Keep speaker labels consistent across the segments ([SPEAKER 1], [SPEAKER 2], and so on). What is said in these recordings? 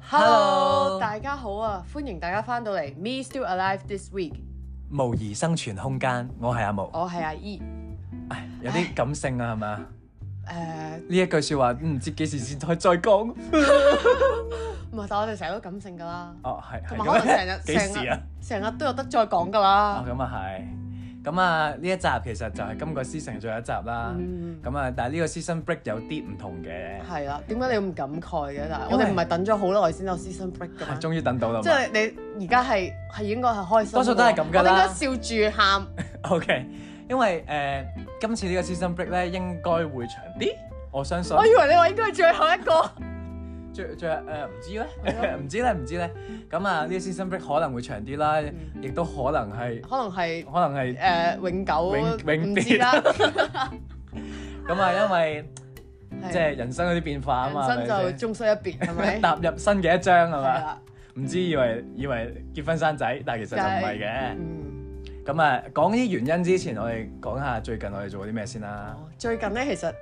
[SPEAKER 1] Hello，
[SPEAKER 2] Hello
[SPEAKER 1] 大家好啊！歡迎大家翻到嚟 Me Still Alive This Week，
[SPEAKER 2] 無疑生存空間，我係阿毛，
[SPEAKER 1] 我係阿 E。
[SPEAKER 2] 唉有啲感性啊，係咪啊？
[SPEAKER 1] 誒，
[SPEAKER 2] 呢一句説話唔知幾時先可以再 講。
[SPEAKER 1] 唔係，但我哋成日都感性噶啦，
[SPEAKER 2] 哦，係
[SPEAKER 1] 同
[SPEAKER 2] 係
[SPEAKER 1] 埋可能成
[SPEAKER 2] 咁
[SPEAKER 1] 日
[SPEAKER 2] 樣， 幾時啊？
[SPEAKER 1] 成日成日都有得再講噶
[SPEAKER 2] 哦，
[SPEAKER 1] 啦。
[SPEAKER 2] 咁啊係。咁啊，呢一集其實就係今個 season 最後一集啦。
[SPEAKER 1] 嗯，
[SPEAKER 2] 咁啊，但係呢個 season break 有啲唔同嘅，
[SPEAKER 1] 係啦。點解你咁感慨嘅？但係
[SPEAKER 2] 因
[SPEAKER 1] 我
[SPEAKER 2] 為
[SPEAKER 1] 哋唔係等咗好耐先有 season break 噶嘛？
[SPEAKER 2] 終於等到啦
[SPEAKER 1] 即。係你而家係係應該係開心嘅喎，
[SPEAKER 2] 多數都係咁㗎啦
[SPEAKER 1] 我應該笑住喊，
[SPEAKER 2] OK，因為誒今次呢個 season break 咧應該會長啲，我相信
[SPEAKER 1] 我。以為你話應該係最後一個。
[SPEAKER 2] 最最誒唔知咧， 唔知咧，唔知咧。咁啊，呢個 season break 可能會長啲啦，亦都可能係
[SPEAKER 1] 可能係
[SPEAKER 2] 可能係
[SPEAKER 1] 誒、永久
[SPEAKER 2] 永永
[SPEAKER 1] 唔知 啦，
[SPEAKER 2] 咁啊，因為即係人生嗰啲變化啊嘛，
[SPEAKER 1] 人
[SPEAKER 2] 係咪
[SPEAKER 1] 生
[SPEAKER 2] 先
[SPEAKER 1] 就終須一別係咪？
[SPEAKER 2] 踏入新嘅一章係
[SPEAKER 1] 係
[SPEAKER 2] 嘛？
[SPEAKER 1] 啦，
[SPEAKER 2] 唔知以為以為結婚生仔，但係其實就唔係嘅。
[SPEAKER 1] 嗯，
[SPEAKER 2] 咁啊，講啲原因之前，我哋講下最近我哋做過啲咩先啦。
[SPEAKER 1] 最近咧其實。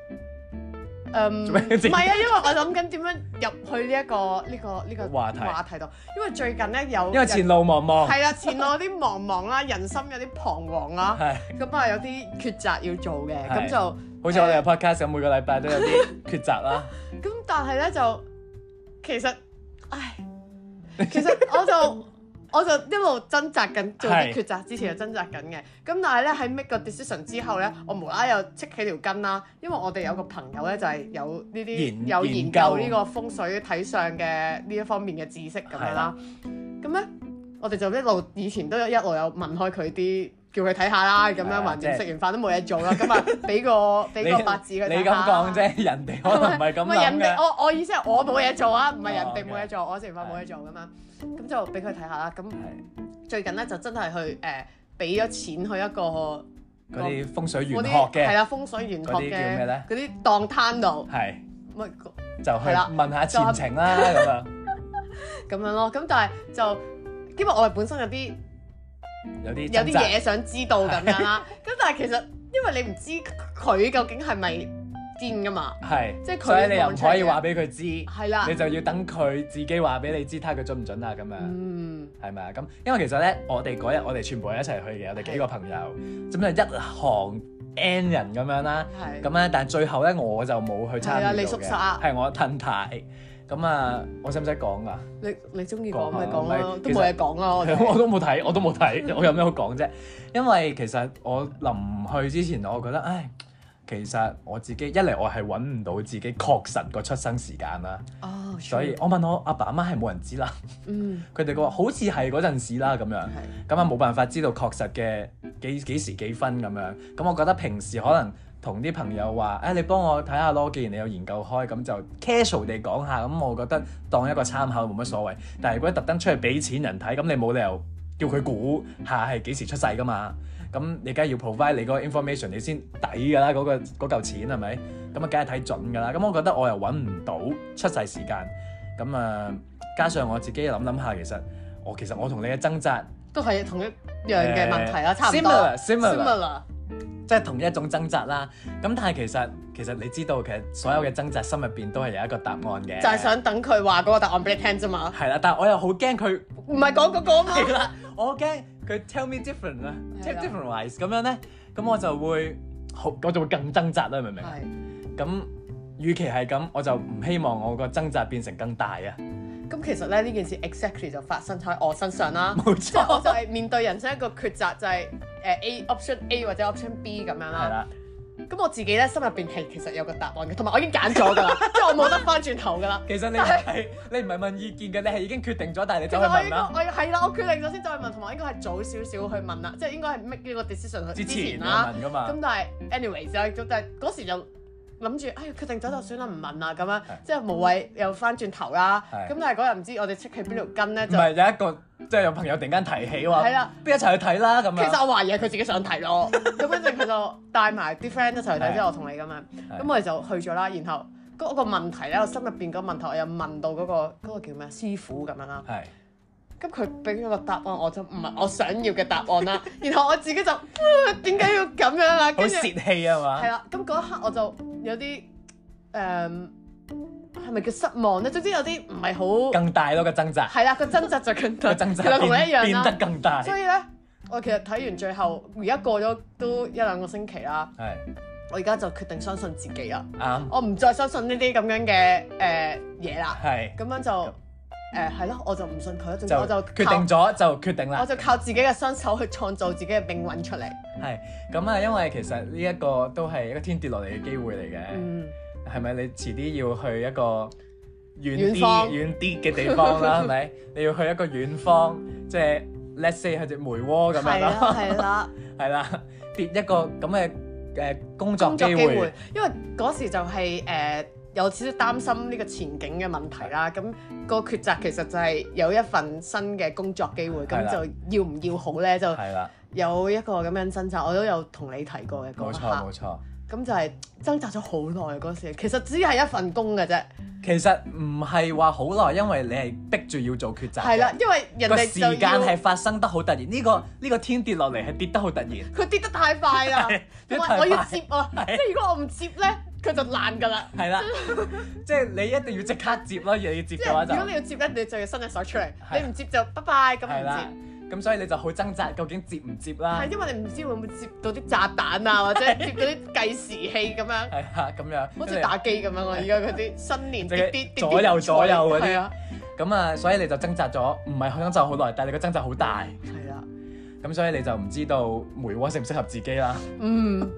[SPEAKER 1] 嗯，唔
[SPEAKER 2] 做咩
[SPEAKER 1] 係啊，因為我諗緊點樣入去呢、一個呢、個呢、個
[SPEAKER 2] 話題
[SPEAKER 1] 話題度，因為最近咧有
[SPEAKER 2] 因為前路茫茫，
[SPEAKER 1] 係啦，啊前路有啲茫茫啦，人心有啲彷徨啦，
[SPEAKER 2] 係
[SPEAKER 1] 咁啊有啲抉擇要做嘅，
[SPEAKER 2] 係
[SPEAKER 1] 咁就。
[SPEAKER 2] 好似我哋嘅 podcast 咁，每個禮拜都有啲抉擇啦。
[SPEAKER 1] 咁但係咧就其實，唉， 其實我就我就一路掙扎緊做啲
[SPEAKER 2] 係
[SPEAKER 1] 抉擇，之前就掙扎緊嘅。咁但係咧喺 make 個 decision 之後咧，我無啦啦又戚起條筋啦，因為我哋有個朋友咧就係、有呢啲
[SPEAKER 2] 研
[SPEAKER 1] 有研
[SPEAKER 2] 研
[SPEAKER 1] 究
[SPEAKER 2] 究
[SPEAKER 1] 呢個風水睇相嘅呢一方面嘅知識咁樣啦
[SPEAKER 2] 係啦。
[SPEAKER 1] 咁咧我哋就一路以前都一路有問開佢啲。叫佢睇下啦，咁
[SPEAKER 2] 係
[SPEAKER 1] 樣
[SPEAKER 2] 啊
[SPEAKER 1] 橫
[SPEAKER 2] 即
[SPEAKER 1] 掂
[SPEAKER 2] 係
[SPEAKER 1] 食完飯都冇嘢做啦，咁啊俾個 俾個
[SPEAKER 2] 你
[SPEAKER 1] 八字佢睇下
[SPEAKER 2] 你咁講啫，人哋可能唔係咁
[SPEAKER 1] 唔係人
[SPEAKER 2] 諗
[SPEAKER 1] 哋，
[SPEAKER 2] 嘅。
[SPEAKER 1] 我我意思係我冇嘢做 啊，唔係人
[SPEAKER 2] 哦
[SPEAKER 1] 哋冇嘢
[SPEAKER 2] OK
[SPEAKER 1] 做，我食完飯冇嘢做咁樣，咁就俾佢睇下啦。咁最近咧就真係去誒俾咗錢去一個
[SPEAKER 2] 係嗰啲風水
[SPEAKER 1] 嗰
[SPEAKER 2] 玄學
[SPEAKER 1] 啲係
[SPEAKER 2] 嘅，
[SPEAKER 1] 啦風水玄學
[SPEAKER 2] 嗰啲叫咩
[SPEAKER 1] 嘅
[SPEAKER 2] 咧
[SPEAKER 1] 嗰啲檔攤度，
[SPEAKER 2] 係
[SPEAKER 1] 咪嗰
[SPEAKER 2] 就去
[SPEAKER 1] 係啦
[SPEAKER 2] 問下前程啦咁啊，
[SPEAKER 1] 咁樣咯。咁但係就因為我哋本身有啲
[SPEAKER 2] 有啲
[SPEAKER 1] 有
[SPEAKER 2] 掙
[SPEAKER 1] 啲
[SPEAKER 2] 扎
[SPEAKER 1] 嘢想知道咁樣 啦。咁但係其實因為你唔知佢究竟係咪癲噶嘛，
[SPEAKER 2] 係，
[SPEAKER 1] 即係佢
[SPEAKER 2] 所以你又
[SPEAKER 1] 望
[SPEAKER 2] 唔
[SPEAKER 1] 出嚟
[SPEAKER 2] 可以
[SPEAKER 1] 嘅
[SPEAKER 2] 話俾佢知。
[SPEAKER 1] 係啦
[SPEAKER 2] 你，就要等佢自己話俾你知，睇佢準唔準啊啦咁樣，
[SPEAKER 1] 嗯，
[SPEAKER 2] 係咪啊？咁因為其實咧，我哋嗰日我哋全部人一齊去嘅，我哋幾個朋友，咁就一行 N 人咁樣啦。
[SPEAKER 1] 係
[SPEAKER 2] 咁咧，但係最後咧我就冇去參
[SPEAKER 1] 係
[SPEAKER 2] 與
[SPEAKER 1] 啊
[SPEAKER 2] 到
[SPEAKER 1] 你
[SPEAKER 2] 嘅，
[SPEAKER 1] 縮沙
[SPEAKER 2] 係我褪太。咁啊，我使唔使講啊？
[SPEAKER 1] 你你中意講咪
[SPEAKER 2] 講下
[SPEAKER 1] 講
[SPEAKER 2] 咪
[SPEAKER 1] 咯，都
[SPEAKER 2] 其實
[SPEAKER 1] 冇嘢講啦，我哋
[SPEAKER 2] 我都冇睇，我都冇睇，我有咩好講啫？因為其實我臨去之前，我覺得，唉，其實我自己一嚟我係揾唔到自己確實個出生時間啦，
[SPEAKER 1] 哦，
[SPEAKER 2] 所以
[SPEAKER 1] sure，
[SPEAKER 2] 我問我阿爸阿媽係冇人知啦，
[SPEAKER 1] 嗯
[SPEAKER 2] 佢哋個話好似係嗰陣時啦咁樣。
[SPEAKER 1] 係。
[SPEAKER 2] 咁啊冇辦法知道確實嘅幾幾時幾分咁樣。咁我覺得平時可能同啲朋友話，誒、你幫我睇下咯，既然你有研究開，咁就 casual 地講下。咁我覺得當一個參考冇乜所謂。但係如果特登出去俾錢人睇，咁你冇理由叫佢估下係幾時出世噶嘛。咁你梗係要 provide 你嗰個 information，你先抵㗎啦，嗰、個嗰嚿錢係咪？咁啊，梗係睇準㗎啦。咁我覺得我又揾唔到出世時間，咁啊，加上我自己諗諗下，其實我其實我同你嘅掙扎
[SPEAKER 1] 都係同一樣嘅問題啦，
[SPEAKER 2] 誒
[SPEAKER 1] 差唔多啦
[SPEAKER 2] similar- similar
[SPEAKER 1] similar
[SPEAKER 2] 即係同一種掙扎啦。咁但係其實其實你知道，其實所有嘅掙扎心入邊都係有一個答案嘅。
[SPEAKER 1] 就係想等佢話嗰個答案俾你聽啫嘛，
[SPEAKER 2] 係啦，但係我又好驚佢
[SPEAKER 1] 唔係講嗰個啊
[SPEAKER 2] 係
[SPEAKER 1] 嘛，
[SPEAKER 2] 啦，我驚佢 tell me different 啦
[SPEAKER 1] 係
[SPEAKER 2] ，tell
[SPEAKER 1] 啦
[SPEAKER 2] different wise 咁樣咧，咁我就會好，我就會更掙扎啦，明唔明啊？
[SPEAKER 1] 係
[SPEAKER 2] 咁與其係咁，我就唔希望我個掙扎變成更大 啊！
[SPEAKER 1] 咁其實咧呢件事 exactly 就發生喺我身上 啦，
[SPEAKER 2] 冇
[SPEAKER 1] 即係 我
[SPEAKER 2] 錯，
[SPEAKER 1] 就係面對人生一個抉擇，就係誒 A option A 或者 option B 咁樣
[SPEAKER 2] 係
[SPEAKER 1] 啦。
[SPEAKER 2] 啦，
[SPEAKER 1] 咁我自己咧心入邊係其實有個答案嘅，同埋我已經揀咗㗎 啦，即係我冇得翻轉頭㗎啦。
[SPEAKER 2] 其實你
[SPEAKER 1] 但
[SPEAKER 2] 係 你唔係問意見嘅，你係已經決定咗，但係你
[SPEAKER 1] 其實
[SPEAKER 2] 走去
[SPEAKER 1] 我應
[SPEAKER 2] 問
[SPEAKER 1] 該
[SPEAKER 2] 啦。
[SPEAKER 1] 我係啦，我決定咗先再問，同埋我應該係早少少去問啦，即係應該係 make 呢個 decision 去
[SPEAKER 2] 之前
[SPEAKER 1] 啦。
[SPEAKER 2] 啊問噶嘛
[SPEAKER 1] 咁，但係 anyways 啦，咁但係嗰時就諗住，哎呀決定咗就算啦，唔問啊啦咁樣，
[SPEAKER 2] 係
[SPEAKER 1] 即係無謂又翻轉頭啦。
[SPEAKER 2] 係
[SPEAKER 1] 咁但係嗰日唔知我哋戚喺邊條筋咧，
[SPEAKER 2] 唔
[SPEAKER 1] 就
[SPEAKER 2] 係有一個即係有朋友突然間提起話，
[SPEAKER 1] 係啦
[SPEAKER 2] 不如一齊去睇啦咁
[SPEAKER 1] 其
[SPEAKER 2] 樣。
[SPEAKER 1] 實我懷疑係佢自己想睇 咯。咁跟住佢就帶埋啲 friend 一齊去睇，
[SPEAKER 2] 係
[SPEAKER 1] 即係我同你咁樣。咁我哋就去咗啦，然後。嗰個問題咧，啊我心入邊嗰個問題，我又問到嗰、個嗰個叫咩師傅咁樣啦。
[SPEAKER 2] 係
[SPEAKER 1] 咁佢俾咗個答案，我就唔係我想要嘅答案 啦。然後我自己就，呃點解要咁樣啦？
[SPEAKER 2] 好
[SPEAKER 1] 跟住
[SPEAKER 2] 泄氣啊嘛
[SPEAKER 1] 係。啦，咁嗰一刻我就有啲誒係咪叫失望咧？總之有啲唔係好
[SPEAKER 2] 更大咯個掙扎，
[SPEAKER 1] 係啦，個掙扎就更
[SPEAKER 2] 個
[SPEAKER 1] 大，
[SPEAKER 2] 掙
[SPEAKER 1] 其實
[SPEAKER 2] 扎
[SPEAKER 1] 同你一
[SPEAKER 2] 變
[SPEAKER 1] 樣
[SPEAKER 2] 變得
[SPEAKER 1] 啦。
[SPEAKER 2] 更大，
[SPEAKER 1] 所
[SPEAKER 2] 係
[SPEAKER 1] 以咧，我其實睇完最後，而家過咗都一兩個星期啦，我而家就決定相信自己啦，
[SPEAKER 2] 啱，
[SPEAKER 1] 我唔再相信呢啲咁樣嘅誒嘢啦，
[SPEAKER 2] 係
[SPEAKER 1] 咁樣就誒係咯，我就唔信佢啦，總之
[SPEAKER 2] 就
[SPEAKER 1] 我就
[SPEAKER 2] 決
[SPEAKER 1] 靠
[SPEAKER 2] 定咗就決定啦
[SPEAKER 1] 我。就靠自己嘅雙手去創造自己嘅命運出嚟。
[SPEAKER 2] 係咁啊，因為其實呢一個都係一個天跌落嚟嘅機會嚟嘅，
[SPEAKER 1] 嗯，
[SPEAKER 2] 係咪、你遲啲要去一個遠
[SPEAKER 1] 遠方
[SPEAKER 2] 啲遠啲嘅地 方啦，係咪？你要去一個遠方，即係 let's say 去只梅窩咁樣
[SPEAKER 1] 係啦
[SPEAKER 2] 咯，
[SPEAKER 1] 係啦，
[SPEAKER 2] 係啦，跌一個咁嘅誒工作
[SPEAKER 1] 工作
[SPEAKER 2] 機
[SPEAKER 1] 機
[SPEAKER 2] 會
[SPEAKER 1] 會，因為嗰時就係、呃有少少擔心呢個前景嘅問題啦，咁、個抉擇其實就係有一份新嘅工作機會，
[SPEAKER 2] 係
[SPEAKER 1] 咁
[SPEAKER 2] 啦
[SPEAKER 1] 就要唔要好咧就。
[SPEAKER 2] 係啦，
[SPEAKER 1] 有一個咁樣掙扎，我都有同你提過嘅嗰
[SPEAKER 2] 冇
[SPEAKER 1] 一
[SPEAKER 2] 錯
[SPEAKER 1] 刻
[SPEAKER 2] 冇，錯。
[SPEAKER 1] 咁就係掙扎咗好耐啊嗰時，其實只係一份工嘅 啫，
[SPEAKER 2] 其實唔係話好耐，因為你係逼住要做抉擇嘅。
[SPEAKER 1] 係啦，因為人
[SPEAKER 2] 個
[SPEAKER 1] 哋
[SPEAKER 2] 時
[SPEAKER 1] 就
[SPEAKER 2] 間係
[SPEAKER 1] 要
[SPEAKER 2] 發生得好突然，呢、個呢、個天跌落嚟係跌得好突然。
[SPEAKER 1] 佢跌得太快啦
[SPEAKER 2] 係，跌
[SPEAKER 1] 同
[SPEAKER 2] 得太
[SPEAKER 1] 埋
[SPEAKER 2] 快
[SPEAKER 1] 我要接啊，
[SPEAKER 2] 係
[SPEAKER 1] 即係如果我唔接咧，佢就爛㗎啦。
[SPEAKER 2] 係 啦，即係你一定要即刻接咯，如果要接
[SPEAKER 1] 即
[SPEAKER 2] 嘅
[SPEAKER 1] 係
[SPEAKER 2] 話
[SPEAKER 1] 如果你
[SPEAKER 2] 就
[SPEAKER 1] 要接咧，你就要伸隻手出嚟，
[SPEAKER 2] 係
[SPEAKER 1] 你唔接就拜拜咁
[SPEAKER 2] 係
[SPEAKER 1] 唔
[SPEAKER 2] 啦
[SPEAKER 1] 接。。
[SPEAKER 2] 咁所以你就好掙扎，究竟接唔接啦
[SPEAKER 1] 係？因為你唔知會唔會接到啲炸彈啊，或者接到啲計時器咁樣，
[SPEAKER 2] 係啊，咁樣。
[SPEAKER 1] 好
[SPEAKER 2] 跟住
[SPEAKER 1] 似打機咁樣啊！而家嗰啲新年
[SPEAKER 2] 即
[SPEAKER 1] 跌
[SPEAKER 2] 係
[SPEAKER 1] 跌跌
[SPEAKER 2] 左右左右嗰啲
[SPEAKER 1] 係啊，
[SPEAKER 2] 咁啊，所以你就掙扎咗，唔係掙扎好耐，但係你個掙扎好大，
[SPEAKER 1] 係啦，
[SPEAKER 2] 咁所以你就唔知道梅窩適唔適合自己啦。
[SPEAKER 1] 嗯，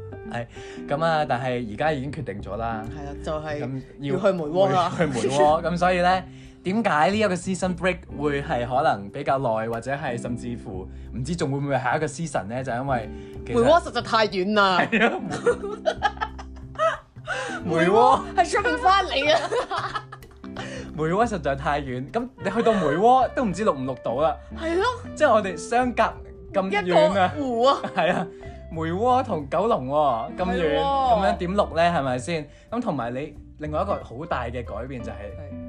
[SPEAKER 2] 咁啊，但係而家已經決定咗啦。
[SPEAKER 1] 係啦，就係。
[SPEAKER 2] 咁
[SPEAKER 1] 要去梅窩啦
[SPEAKER 2] 去梅 窩。咁所以咧，點解呢一個 season break 會係可能比較耐，或者係甚至乎唔知仲會唔會下一個 season 咧？就因為其
[SPEAKER 1] 梅
[SPEAKER 2] 實
[SPEAKER 1] 窩實在太遠啦，
[SPEAKER 2] 係啊， 梅梅窩
[SPEAKER 1] 係出面翻嚟啊！
[SPEAKER 2] 梅窩實在太遠，咁你去到梅窩都唔知錄唔錄到啦，
[SPEAKER 1] 係咯，
[SPEAKER 2] 即係我哋相隔咁
[SPEAKER 1] 一
[SPEAKER 2] 遠
[SPEAKER 1] 個
[SPEAKER 2] 啊，
[SPEAKER 1] 湖啊，
[SPEAKER 2] 係啊。梅窩同九龍喎、咁
[SPEAKER 1] 係喎
[SPEAKER 2] 遠，咁樣點錄呢？係咪先？咁同埋你另外一個好大嘅改變就係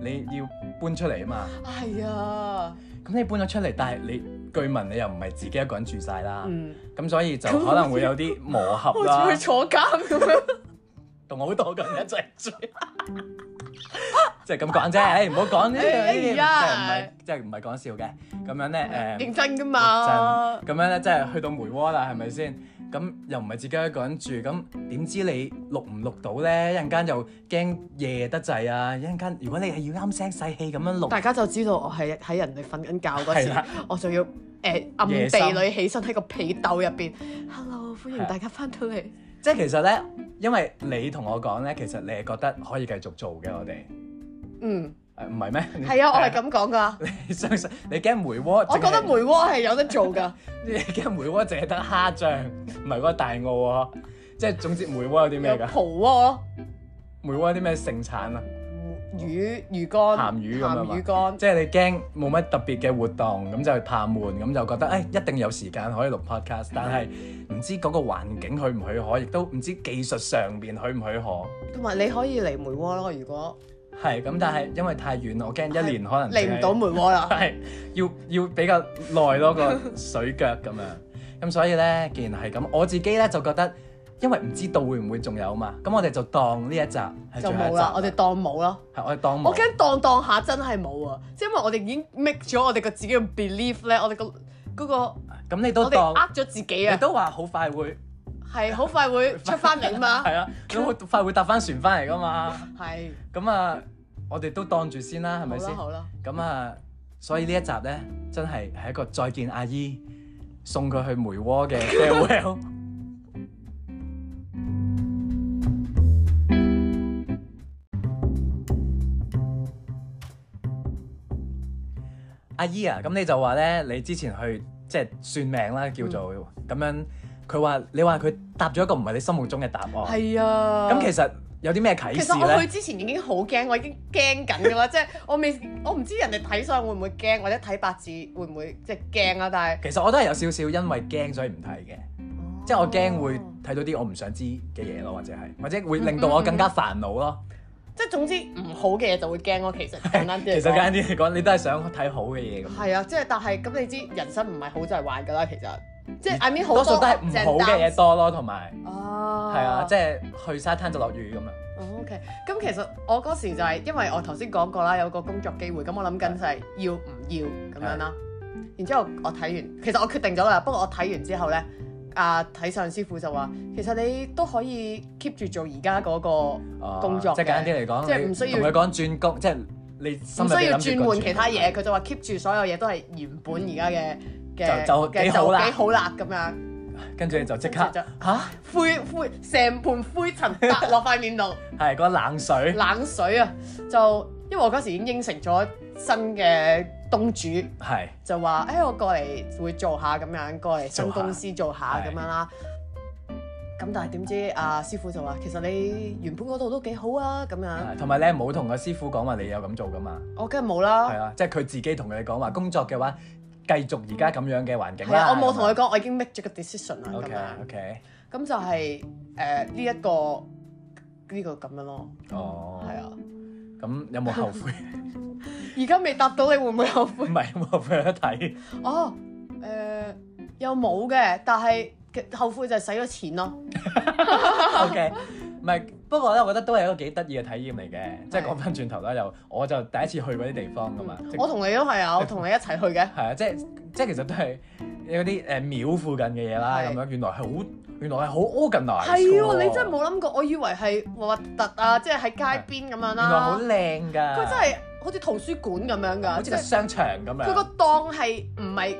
[SPEAKER 2] 你要搬出嚟啊嘛。
[SPEAKER 1] 係啊，
[SPEAKER 2] 咁你搬咗出嚟，但係你據聞你又唔係自己一個人住晒啦，咁、
[SPEAKER 1] 嗯，
[SPEAKER 2] 所以就可能會有啲磨 合
[SPEAKER 1] 好似
[SPEAKER 2] 啦
[SPEAKER 1] 去，坐監咁樣，
[SPEAKER 2] 同好多個人一齊住， 即係咁 講啫，誒唔好講呢
[SPEAKER 1] 哎
[SPEAKER 2] 啲，即係唔係
[SPEAKER 1] 呀
[SPEAKER 2] 即係唔係講笑嘅，咁樣咧誒
[SPEAKER 1] 認真噶嘛，
[SPEAKER 2] 咁樣咧，即係去到梅窩啦，係咪先？咁又唔係自己一個人住，咁點知你錄唔錄到咧？一陣間又驚夜得滯啊！一陣間如果你係要啱聲細氣咁樣錄。
[SPEAKER 1] 大家就知道我係喺人哋瞓緊覺嗰
[SPEAKER 2] 係啦
[SPEAKER 1] 時，我就要誒暗
[SPEAKER 2] 夜深
[SPEAKER 1] 地裏起身喺個被竇入邊，hello，歡迎
[SPEAKER 2] 係
[SPEAKER 1] 大家翻到嚟，
[SPEAKER 2] 即係其實咧，因為你同我講咧，其實你係覺得可以繼續做嘅，我哋
[SPEAKER 1] 嗯，
[SPEAKER 2] 誒唔係咩？
[SPEAKER 1] 係啊，我 係咁講噶，
[SPEAKER 2] 你相信你驚梅窩淨係？
[SPEAKER 1] 我覺得梅窩係有得做噶，
[SPEAKER 2] 你驚梅窩淨係得蝦醬，唔係嗰個大澳喎。即係總之梅窩有啲 咩
[SPEAKER 1] 有
[SPEAKER 2] 㗎？
[SPEAKER 1] 蒲窩、
[SPEAKER 2] 梅窩有啲咩盛產啊？
[SPEAKER 1] 魚、魚乾、
[SPEAKER 2] 鹹魚咁啊樣嘛
[SPEAKER 1] 鹹魚乾。
[SPEAKER 2] 即係你驚冇乜特別嘅活動，咁就怕悶，咁就覺得誒、哎一定有時間可以錄 podcast，但係唔知嗰個環境許唔許可，亦都唔知技術上邊許唔許可。
[SPEAKER 1] 同埋你可以嚟梅窩咯，如果
[SPEAKER 2] 係咁，但係因為太遠啦，我驚一年可能
[SPEAKER 1] 嚟
[SPEAKER 2] 淨
[SPEAKER 1] 唔
[SPEAKER 2] 係
[SPEAKER 1] 到梅窩啦，
[SPEAKER 2] 係要要比較耐咯個水腳咁樣。 咁所以咧，既然係咁，我自己咧就覺得，因為唔知道會唔會仲有嘛，咁我哋就當呢一集
[SPEAKER 1] 就
[SPEAKER 2] 係最後一
[SPEAKER 1] 冇
[SPEAKER 2] 集
[SPEAKER 1] 啦，我哋當冇啦。
[SPEAKER 2] 係我哋當
[SPEAKER 1] 我
[SPEAKER 2] 冇。
[SPEAKER 1] 驚當當下真係冇啊，即係因為我哋已經 make 咗我哋個自己嘅 belief 咧，我哋個嗰個
[SPEAKER 2] 咁你都
[SPEAKER 1] 我哋
[SPEAKER 2] 當，
[SPEAKER 1] 呃咗自己
[SPEAKER 2] 你
[SPEAKER 1] 啊，
[SPEAKER 2] 都話好快會
[SPEAKER 1] 係好快 會出翻嚟嘛，
[SPEAKER 2] 係啊，咁好快會搭翻船翻嚟噶嘛。
[SPEAKER 1] 係
[SPEAKER 2] 咁啊，我哋都當住先啦，係
[SPEAKER 1] 好
[SPEAKER 2] 咪
[SPEAKER 1] 啦
[SPEAKER 2] 先？
[SPEAKER 1] 好啦，
[SPEAKER 2] 咁啊，所以呢一集咧，真係係一個再見阿姨送佢去梅窩嘅 farewell。阿姨啊，咁你就話咧，你之前去即係算命啦，叫做
[SPEAKER 1] 嗯
[SPEAKER 2] 咁樣。佢話你話佢答咗一個唔係你心目中嘅答案。
[SPEAKER 1] 係啊。
[SPEAKER 2] 哦咁其實有啲咩啟
[SPEAKER 1] 其
[SPEAKER 2] 示
[SPEAKER 1] 實我去
[SPEAKER 2] 咧？
[SPEAKER 1] 之前已經好驚，我已經驚緊㗎啦， 即係我未我唔知人哋睇相會唔會驚，或者睇八字會唔會即係驚啊，但係
[SPEAKER 2] 其實我都係有少少因為驚所以唔睇嘅。即係我驚會
[SPEAKER 1] 嗯哦
[SPEAKER 2] 睇到啲我唔想知嘅嘢咯，或者係，或者會令到我更加煩惱咯。
[SPEAKER 1] 嗯即係總之唔好嘅嘢就會驚咯， 其實簡單啲嚟
[SPEAKER 2] 其
[SPEAKER 1] 講
[SPEAKER 2] 實簡單啲嚟講，你都係想睇好嘅嘢咁。
[SPEAKER 1] 係啊，即係但係咁你知人生唔係好就係壞㗎啦，其實即係 I mean 好
[SPEAKER 2] 多數都係
[SPEAKER 1] 係
[SPEAKER 2] 唔好嘅嘢多咯，同埋
[SPEAKER 1] 哦，
[SPEAKER 2] 係啊，即係去沙灘就落雨咁樣，
[SPEAKER 1] 哦 OK，咁其實我嗰時就係因為我頭先講過啦，有個工作機會，咁我諗緊就係要唔要咁樣啦。然之後我睇完，其實我決定咗啦，不過我睇完之後呢，啊睇上師傅就話，其實你都可以 keep 住做而家嗰個
[SPEAKER 2] 哦
[SPEAKER 1] 工作嘅，
[SPEAKER 2] 即係簡單啲嚟講，
[SPEAKER 1] 即係唔需要
[SPEAKER 2] 你同佢講轉工，即係你心
[SPEAKER 1] 唔
[SPEAKER 2] 入
[SPEAKER 1] 需
[SPEAKER 2] 邊
[SPEAKER 1] 要
[SPEAKER 2] 諗住
[SPEAKER 1] 轉
[SPEAKER 2] 個
[SPEAKER 1] 換其他
[SPEAKER 2] 工
[SPEAKER 1] 嘢，佢就話 keep 住所有嘢都係原本而家嘅嘅
[SPEAKER 2] 就就
[SPEAKER 1] 嘅
[SPEAKER 2] 幾好啦
[SPEAKER 1] 就幾好啦咁樣。
[SPEAKER 2] 跟住你就即刻
[SPEAKER 1] 跟住就
[SPEAKER 2] 吓，
[SPEAKER 1] 灰灰成盤灰塵搭落塊面度，
[SPEAKER 2] 係嗰冷水，
[SPEAKER 1] 冷水啊！就因為我嗰時已經應承咗新嘅東主，
[SPEAKER 2] 係
[SPEAKER 1] 就話誒、哎我過嚟會做下咁樣，過嚟
[SPEAKER 2] 做
[SPEAKER 1] 新
[SPEAKER 2] 下
[SPEAKER 1] 公司做下
[SPEAKER 2] 係
[SPEAKER 1] 咁樣啦。咁但係點知啊師傅就話其實你原本嗰度都幾好啊咁樣，
[SPEAKER 2] 係同埋你唔好同個師傅講話你有咁做噶嘛，
[SPEAKER 1] 我梗係冇啦
[SPEAKER 2] 係。啊，即係佢自己同你講話工作嘅話，繼續而家咁樣嘅環境
[SPEAKER 1] 係啊，
[SPEAKER 2] 啦。
[SPEAKER 1] 我冇同佢講，我已經 make 咗個 decision 啦咁
[SPEAKER 2] 啊 OK
[SPEAKER 1] 樣。
[SPEAKER 2] OK，
[SPEAKER 1] 咁就係誒呢一個呢、個咁樣咯，
[SPEAKER 2] 哦，
[SPEAKER 1] 係啊。
[SPEAKER 2] 咁有冇後 悔？
[SPEAKER 1] 而家未答到你會唔會後悔
[SPEAKER 2] 唔？係冇後悔一睇，
[SPEAKER 1] 哦，誒、又冇嘅，但係嘅後悔就係使咗錢咯。
[SPEAKER 2] OK，唔係，不過咧，我覺得都係一個幾得意嘅體驗嚟嘅，即係
[SPEAKER 1] 係
[SPEAKER 2] 講翻轉頭啦，又我就第一次去嗰啲地方噶嘛，即
[SPEAKER 1] 嗯我同你都 係啊，我同你一齊去嘅。
[SPEAKER 2] 係啊，即係即係其實都係有啲誒廟附近嘅嘢啦，
[SPEAKER 1] 係
[SPEAKER 2] 咁樣原來係好原來係好 organize
[SPEAKER 1] 係
[SPEAKER 2] 㗎
[SPEAKER 1] 喎，你真係冇諗過，我以為係核突啊，即係喺街邊咁樣
[SPEAKER 2] 原來
[SPEAKER 1] 啦。
[SPEAKER 2] 好靚㗎，
[SPEAKER 1] 啊佢真係好似圖書館咁樣㗎，
[SPEAKER 2] 好
[SPEAKER 1] 即
[SPEAKER 2] 似個
[SPEAKER 1] 係
[SPEAKER 2] 商場咁
[SPEAKER 1] 佢
[SPEAKER 2] 樣
[SPEAKER 1] 個，檔係唔係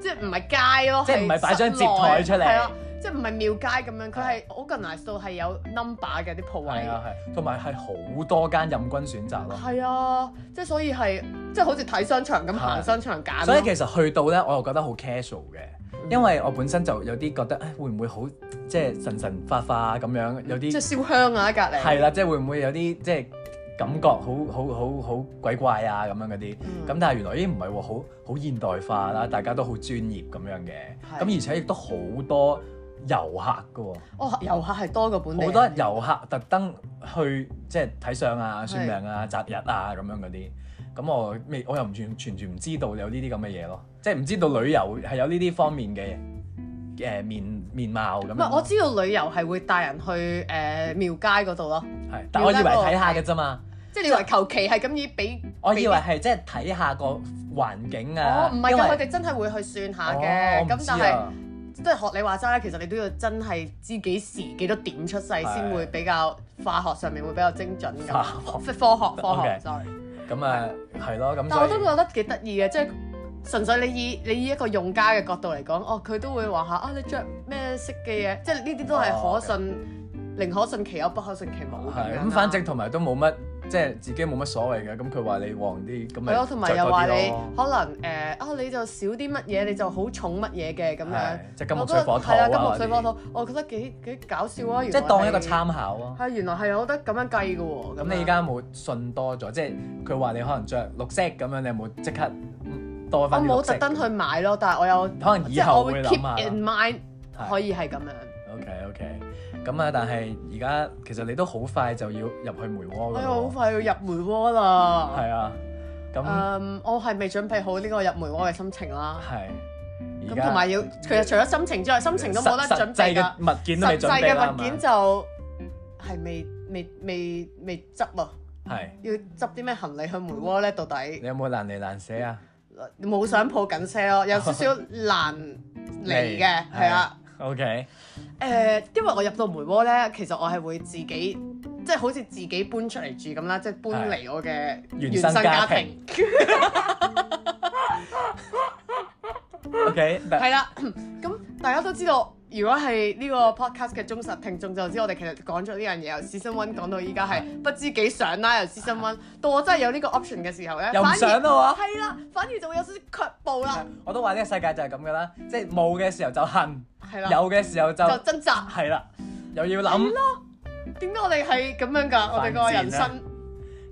[SPEAKER 1] 即係唔係街咯？
[SPEAKER 2] 即係唔係擺張
[SPEAKER 1] 室內
[SPEAKER 2] 摺枱出嚟
[SPEAKER 1] 係啊，即係唔係廟街咁樣，佢係 organize 到係有 number 嘅啲鋪位
[SPEAKER 2] 係。啊係，同埋係好多間任君選擇咯。
[SPEAKER 1] 係啊，即係所以係即係好似睇商場咁行
[SPEAKER 2] 係
[SPEAKER 1] 商場揀咯。
[SPEAKER 2] 所以其實去到咧，我又覺得好 casual 嘅，因為我本身就有啲覺得，唉會唔會好即係神神化化咁樣，有
[SPEAKER 1] 即
[SPEAKER 2] 啲
[SPEAKER 1] 係燒香啊，喺隔離。
[SPEAKER 2] 係啦，即係會唔會有啲即係感覺好好好好鬼怪啊咁樣嗰啲。
[SPEAKER 1] 嗯
[SPEAKER 2] 咁但係原來咦唔係喎，好好現代化啦，大家都好專業咁樣嘅，
[SPEAKER 1] 係
[SPEAKER 2] 咁而且亦都好多遊客嘅喎。
[SPEAKER 1] 哦，遊客係多過本地
[SPEAKER 2] 好
[SPEAKER 1] 人
[SPEAKER 2] 多遊客特登去即係睇相啊、算命啊、擇日啊咁樣嗰啲，咁我未我又唔完全全全唔知道有呢啲咁嘅嘢咯，即係唔知道旅遊係有呢啲方面嘅誒、呃面面貌咁
[SPEAKER 1] 唔係，
[SPEAKER 2] 樣。
[SPEAKER 1] 我知道旅遊係會帶人去誒、呃、廟街嗰度咯，
[SPEAKER 2] 係，但我以為睇下嘅啫嘛，
[SPEAKER 1] 即係你以為求其係咁以俾，
[SPEAKER 2] 我以為係即係睇下個環境
[SPEAKER 1] 哦，
[SPEAKER 2] 啊
[SPEAKER 1] 唔係
[SPEAKER 2] 因為
[SPEAKER 1] 㗎，佢哋真係會去算下
[SPEAKER 2] 哦
[SPEAKER 1] 嘅，
[SPEAKER 2] 我唔
[SPEAKER 1] 咁、
[SPEAKER 2] 知
[SPEAKER 1] 但係
[SPEAKER 2] 啊
[SPEAKER 1] 即係學你話齋，其實你都要真係知幾時幾多點出世先會比較化學上面會比較精準咁，
[SPEAKER 2] 化
[SPEAKER 1] 科學科
[SPEAKER 2] OK
[SPEAKER 1] 學 sorry，
[SPEAKER 2] 咁啊係咯，咁
[SPEAKER 1] 但我
[SPEAKER 2] 所
[SPEAKER 1] 都
[SPEAKER 2] 以
[SPEAKER 1] 覺得幾得意嘅，即係。純粹你以你以一個用家嘅角度嚟講，哦，佢都會話下啊，你着咩色嘅嘢，即係呢啲都係
[SPEAKER 2] 哦
[SPEAKER 1] 可信，寧可信其有，不可信其無咁樣啊
[SPEAKER 2] 係
[SPEAKER 1] 啦
[SPEAKER 2] 咁，反正同埋都冇乜即係自己冇乜所謂嘅，咁佢話你黃啲咁咪
[SPEAKER 1] 係咯，同埋又
[SPEAKER 2] 話
[SPEAKER 1] 話你可能誒、呃啊，你就少啲乜嘢，你就好重乜嘢嘅咁樣
[SPEAKER 2] 係。即係金木
[SPEAKER 1] 我覺
[SPEAKER 2] 水
[SPEAKER 1] 得
[SPEAKER 2] 火土
[SPEAKER 1] 係
[SPEAKER 2] 啊
[SPEAKER 1] 啊，金木水火
[SPEAKER 2] 嗰啲
[SPEAKER 1] 土，我覺得幾幾搞笑啊！原
[SPEAKER 2] 即
[SPEAKER 1] 來
[SPEAKER 2] 係當一個參考啊咯。
[SPEAKER 1] 係原來係有得咁樣計嘅喎。
[SPEAKER 2] 咁你而
[SPEAKER 1] 樣
[SPEAKER 2] 家有冇信多咗？即係佢話你可能着綠色咁樣，你有冇即刻嗯多
[SPEAKER 1] 我
[SPEAKER 2] 翻啲
[SPEAKER 1] 冇
[SPEAKER 2] 綠色？
[SPEAKER 1] 特登去買咯，但係我有
[SPEAKER 2] 可能以
[SPEAKER 1] 即係
[SPEAKER 2] 後
[SPEAKER 1] 我
[SPEAKER 2] 會
[SPEAKER 1] 會
[SPEAKER 2] 諗下
[SPEAKER 1] keep
[SPEAKER 2] 啦。
[SPEAKER 1] in mind
[SPEAKER 2] 係
[SPEAKER 1] 可以係咁樣。
[SPEAKER 2] OK OK，咁啊，但係而家其實你都好快就要入去梅窩㗎
[SPEAKER 1] 哎呀，好
[SPEAKER 2] 咯
[SPEAKER 1] 快要入梅窩
[SPEAKER 2] 喎。
[SPEAKER 1] 啦。
[SPEAKER 2] 係啊，咁
[SPEAKER 1] 嗯，我係未準備好呢個入梅窩嘅心情啦。
[SPEAKER 2] 係而
[SPEAKER 1] 咁
[SPEAKER 2] 家
[SPEAKER 1] 同埋要，其實除咗心情之外，心情都冇得準
[SPEAKER 2] 實實際
[SPEAKER 1] 備㗎。
[SPEAKER 2] 嘅物件都未
[SPEAKER 1] 實
[SPEAKER 2] 準
[SPEAKER 1] 際
[SPEAKER 2] 備啦
[SPEAKER 1] 嘅物件就係未未未未執啊！
[SPEAKER 2] 係嘛係
[SPEAKER 1] 要執啲咩行李去梅窩咧？到底
[SPEAKER 2] 你有冇難離難捨啊？
[SPEAKER 1] 冇想抱緊些 咯，有少少難嚟嘅，係啊。
[SPEAKER 2] OK，
[SPEAKER 1] 誒、因為我入到梅窩咧，其實我係會自己，即係好似自己搬出嚟住咁啦，即係搬嚟我嘅
[SPEAKER 2] 原生家庭。OK，但
[SPEAKER 1] 係啦，咁大家都知道，如果係呢個 podcast 嘅忠實聽眾就知，我哋其實講咗呢樣嘢，由 season one 講到依家係不知幾想啦，由 season one 到我真係有呢個 option 嘅時候咧，
[SPEAKER 2] 又唔
[SPEAKER 1] 啊反而
[SPEAKER 2] 想啊啦喎
[SPEAKER 1] 係啦，反而就會有少少卻步啦，
[SPEAKER 2] 我都話呢個世界就係咁㗎啦，即係冇嘅時候就恨，
[SPEAKER 1] 係啦，
[SPEAKER 2] 有嘅時候就
[SPEAKER 1] 就掙扎。
[SPEAKER 2] 係啦，又要諗。
[SPEAKER 1] 點解我哋係咁樣㗎？我哋個人
[SPEAKER 2] 犯賤
[SPEAKER 1] 生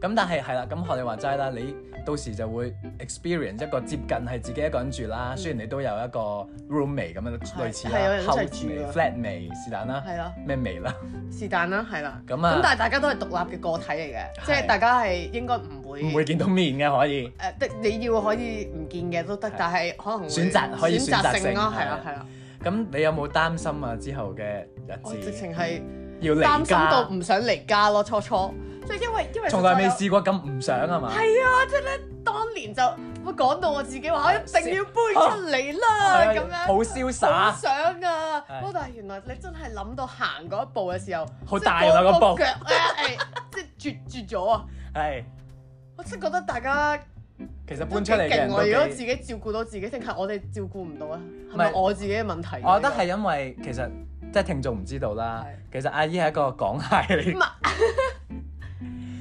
[SPEAKER 2] 咁但係係啦，咁學你話齋啦，你到時就會 experience 一個接近係自己一個人住啦。雖然你都有一個 roommate 咁樣類似
[SPEAKER 1] 嗯係有人一
[SPEAKER 2] 啦
[SPEAKER 1] 齊
[SPEAKER 2] ，house
[SPEAKER 1] 住
[SPEAKER 2] 味、
[SPEAKER 1] 㗎
[SPEAKER 2] flat 味是但啦，
[SPEAKER 1] 係啦，
[SPEAKER 2] 咩味啦，
[SPEAKER 1] 是但啦，係啦。
[SPEAKER 2] 咁啊
[SPEAKER 1] 咁但係大家都係獨立嘅個體嚟嘅，即係
[SPEAKER 2] 係
[SPEAKER 1] 大家係應該唔會呃
[SPEAKER 2] 唔會見到面嘅可以。
[SPEAKER 1] 誒，的你要可以唔見嘅都得，但係可能會
[SPEAKER 2] 選擇可以選擇性
[SPEAKER 1] 性咯，
[SPEAKER 2] 係
[SPEAKER 1] 係啦
[SPEAKER 2] 啊，
[SPEAKER 1] 係啦。
[SPEAKER 2] 咁你有冇擔心啊？之後嘅
[SPEAKER 1] 我
[SPEAKER 2] 日
[SPEAKER 1] 直
[SPEAKER 2] 子
[SPEAKER 1] 情係
[SPEAKER 2] 要
[SPEAKER 1] 擔
[SPEAKER 2] 離
[SPEAKER 1] 心到
[SPEAKER 2] 家，
[SPEAKER 1] 唔想離家咯，初初即係因為因為
[SPEAKER 2] 從來
[SPEAKER 1] 實
[SPEAKER 2] 未
[SPEAKER 1] 在有
[SPEAKER 2] 試過咁唔想啊嘛。
[SPEAKER 1] 係啊，即係咧，當年就會講到我自己話，我哎一定要搬出嚟啦，
[SPEAKER 2] 係
[SPEAKER 1] 咁樣
[SPEAKER 2] 啊好瀟
[SPEAKER 1] 好
[SPEAKER 2] 灑，
[SPEAKER 1] 想啊！
[SPEAKER 2] 係
[SPEAKER 1] 不過但係原來你真係諗到行嗰一步嘅時候，
[SPEAKER 2] 好
[SPEAKER 1] 即係
[SPEAKER 2] 大啊
[SPEAKER 1] 個
[SPEAKER 2] 個
[SPEAKER 1] 腳
[SPEAKER 2] 步
[SPEAKER 1] 咧，誒， 即係絕絕咗啊！
[SPEAKER 2] 係
[SPEAKER 1] 我真係覺得大家
[SPEAKER 2] 其實搬出嚟嘅人
[SPEAKER 1] 都幾勁
[SPEAKER 2] 都
[SPEAKER 1] 喎如果
[SPEAKER 2] 幾
[SPEAKER 1] 自己照顧到自己，定係我哋照顧唔到啊？係
[SPEAKER 2] 唔
[SPEAKER 1] 咪
[SPEAKER 2] 係
[SPEAKER 1] 我自己嘅問題？啊
[SPEAKER 2] 我覺得係因為其實即係聽眾唔知道啦，其實阿姨係一個港孩嚟
[SPEAKER 1] 唔係，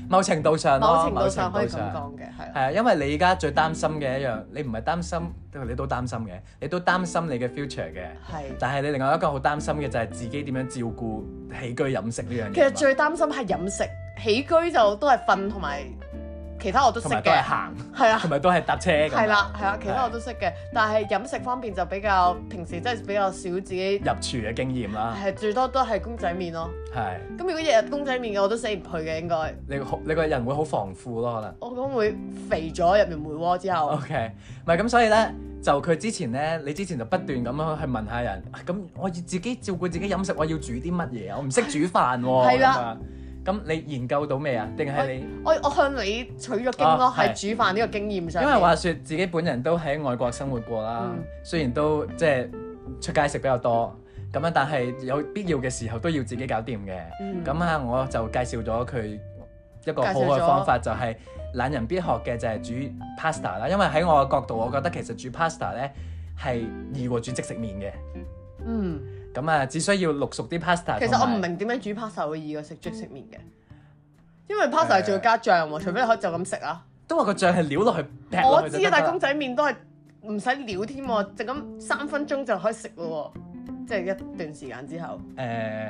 [SPEAKER 2] 某程度
[SPEAKER 1] 啊
[SPEAKER 2] 上
[SPEAKER 1] 某
[SPEAKER 2] 咯，
[SPEAKER 1] 程
[SPEAKER 2] 某
[SPEAKER 1] 度上
[SPEAKER 2] 程
[SPEAKER 1] 可
[SPEAKER 2] 度
[SPEAKER 1] 以咁
[SPEAKER 2] 上。
[SPEAKER 1] 講嘅，係
[SPEAKER 2] 係啊，因為你而家最擔心嘅一樣，你唔係擔心，你都擔心嘅，你都擔心你嘅 future 嘅，
[SPEAKER 1] 係。
[SPEAKER 2] 但係你另外一個好擔心嘅就係自己點樣照顧起居飲食呢樣嘢嘛。
[SPEAKER 1] 其實最擔心係飲食，起居就都係瞓同埋其他我都識
[SPEAKER 2] 同埋都係
[SPEAKER 1] 嘅，
[SPEAKER 2] 行，
[SPEAKER 1] 係啊
[SPEAKER 2] 同。埋都係搭車咁。
[SPEAKER 1] 係啦，係啊啦，其他我都識嘅，但係飲食方面就比較平時真係比較少自己
[SPEAKER 2] 入，廚嘅經驗啦，
[SPEAKER 1] 係最多都係公仔麵咯。
[SPEAKER 2] 係
[SPEAKER 1] 咁如果日日公仔麵嘅我都死唔去嘅，應該
[SPEAKER 2] 你好你個人會好防腐咯，可能。
[SPEAKER 1] 我講會肥咗入面梅窩之後，
[SPEAKER 2] OK，唔係咁，所以咧就佢之前咧，你之前就不斷咁樣去問下人，啊咁、我要自己照顧自己飲食，我要煮啲乜嘢啊？我唔識煮飯喎、
[SPEAKER 1] 係啦
[SPEAKER 2] 咁啊。咁你研究到未啊？定係你？
[SPEAKER 1] 我我向你取咗經咯
[SPEAKER 2] 啊，
[SPEAKER 1] 喺
[SPEAKER 2] 係
[SPEAKER 1] 煮飯呢個經驗上
[SPEAKER 2] 因
[SPEAKER 1] 面。
[SPEAKER 2] 為話説自己本人都喺外國生活過啦，
[SPEAKER 1] 嗯
[SPEAKER 2] 雖然都即係出街食比較多咁啊樣，但係有必要嘅時候都要自己搞掂嘅。
[SPEAKER 1] 嗯
[SPEAKER 2] 咁啊、我就介紹咗佢一個
[SPEAKER 1] 介紹
[SPEAKER 2] 好
[SPEAKER 1] 咗
[SPEAKER 2] 好嘅方法，就係懶人必學嘅就係煮 pasta 啦。因為喺我嘅角度，我覺得其實煮 pasta 咧係易過煮即食麵嘅。
[SPEAKER 1] 嗯，
[SPEAKER 2] 咁啊，只需要淥熟啲 pastà。
[SPEAKER 1] 其實我唔。明點樣煮 pasta 會易過食即食麵嘅，因為 pasta 係仲要加醬喎，除非你可以就咁食啊啦。
[SPEAKER 2] 都話個醬係撩落去，劈
[SPEAKER 1] 我
[SPEAKER 2] 落去
[SPEAKER 1] 知
[SPEAKER 2] 就
[SPEAKER 1] 啊
[SPEAKER 2] 得，
[SPEAKER 1] 但係
[SPEAKER 2] 啦
[SPEAKER 1] 公仔麵都係唔使料添喎，就咁三分鐘就可以食咯喎，即係一段時間之後。
[SPEAKER 2] 誒、呃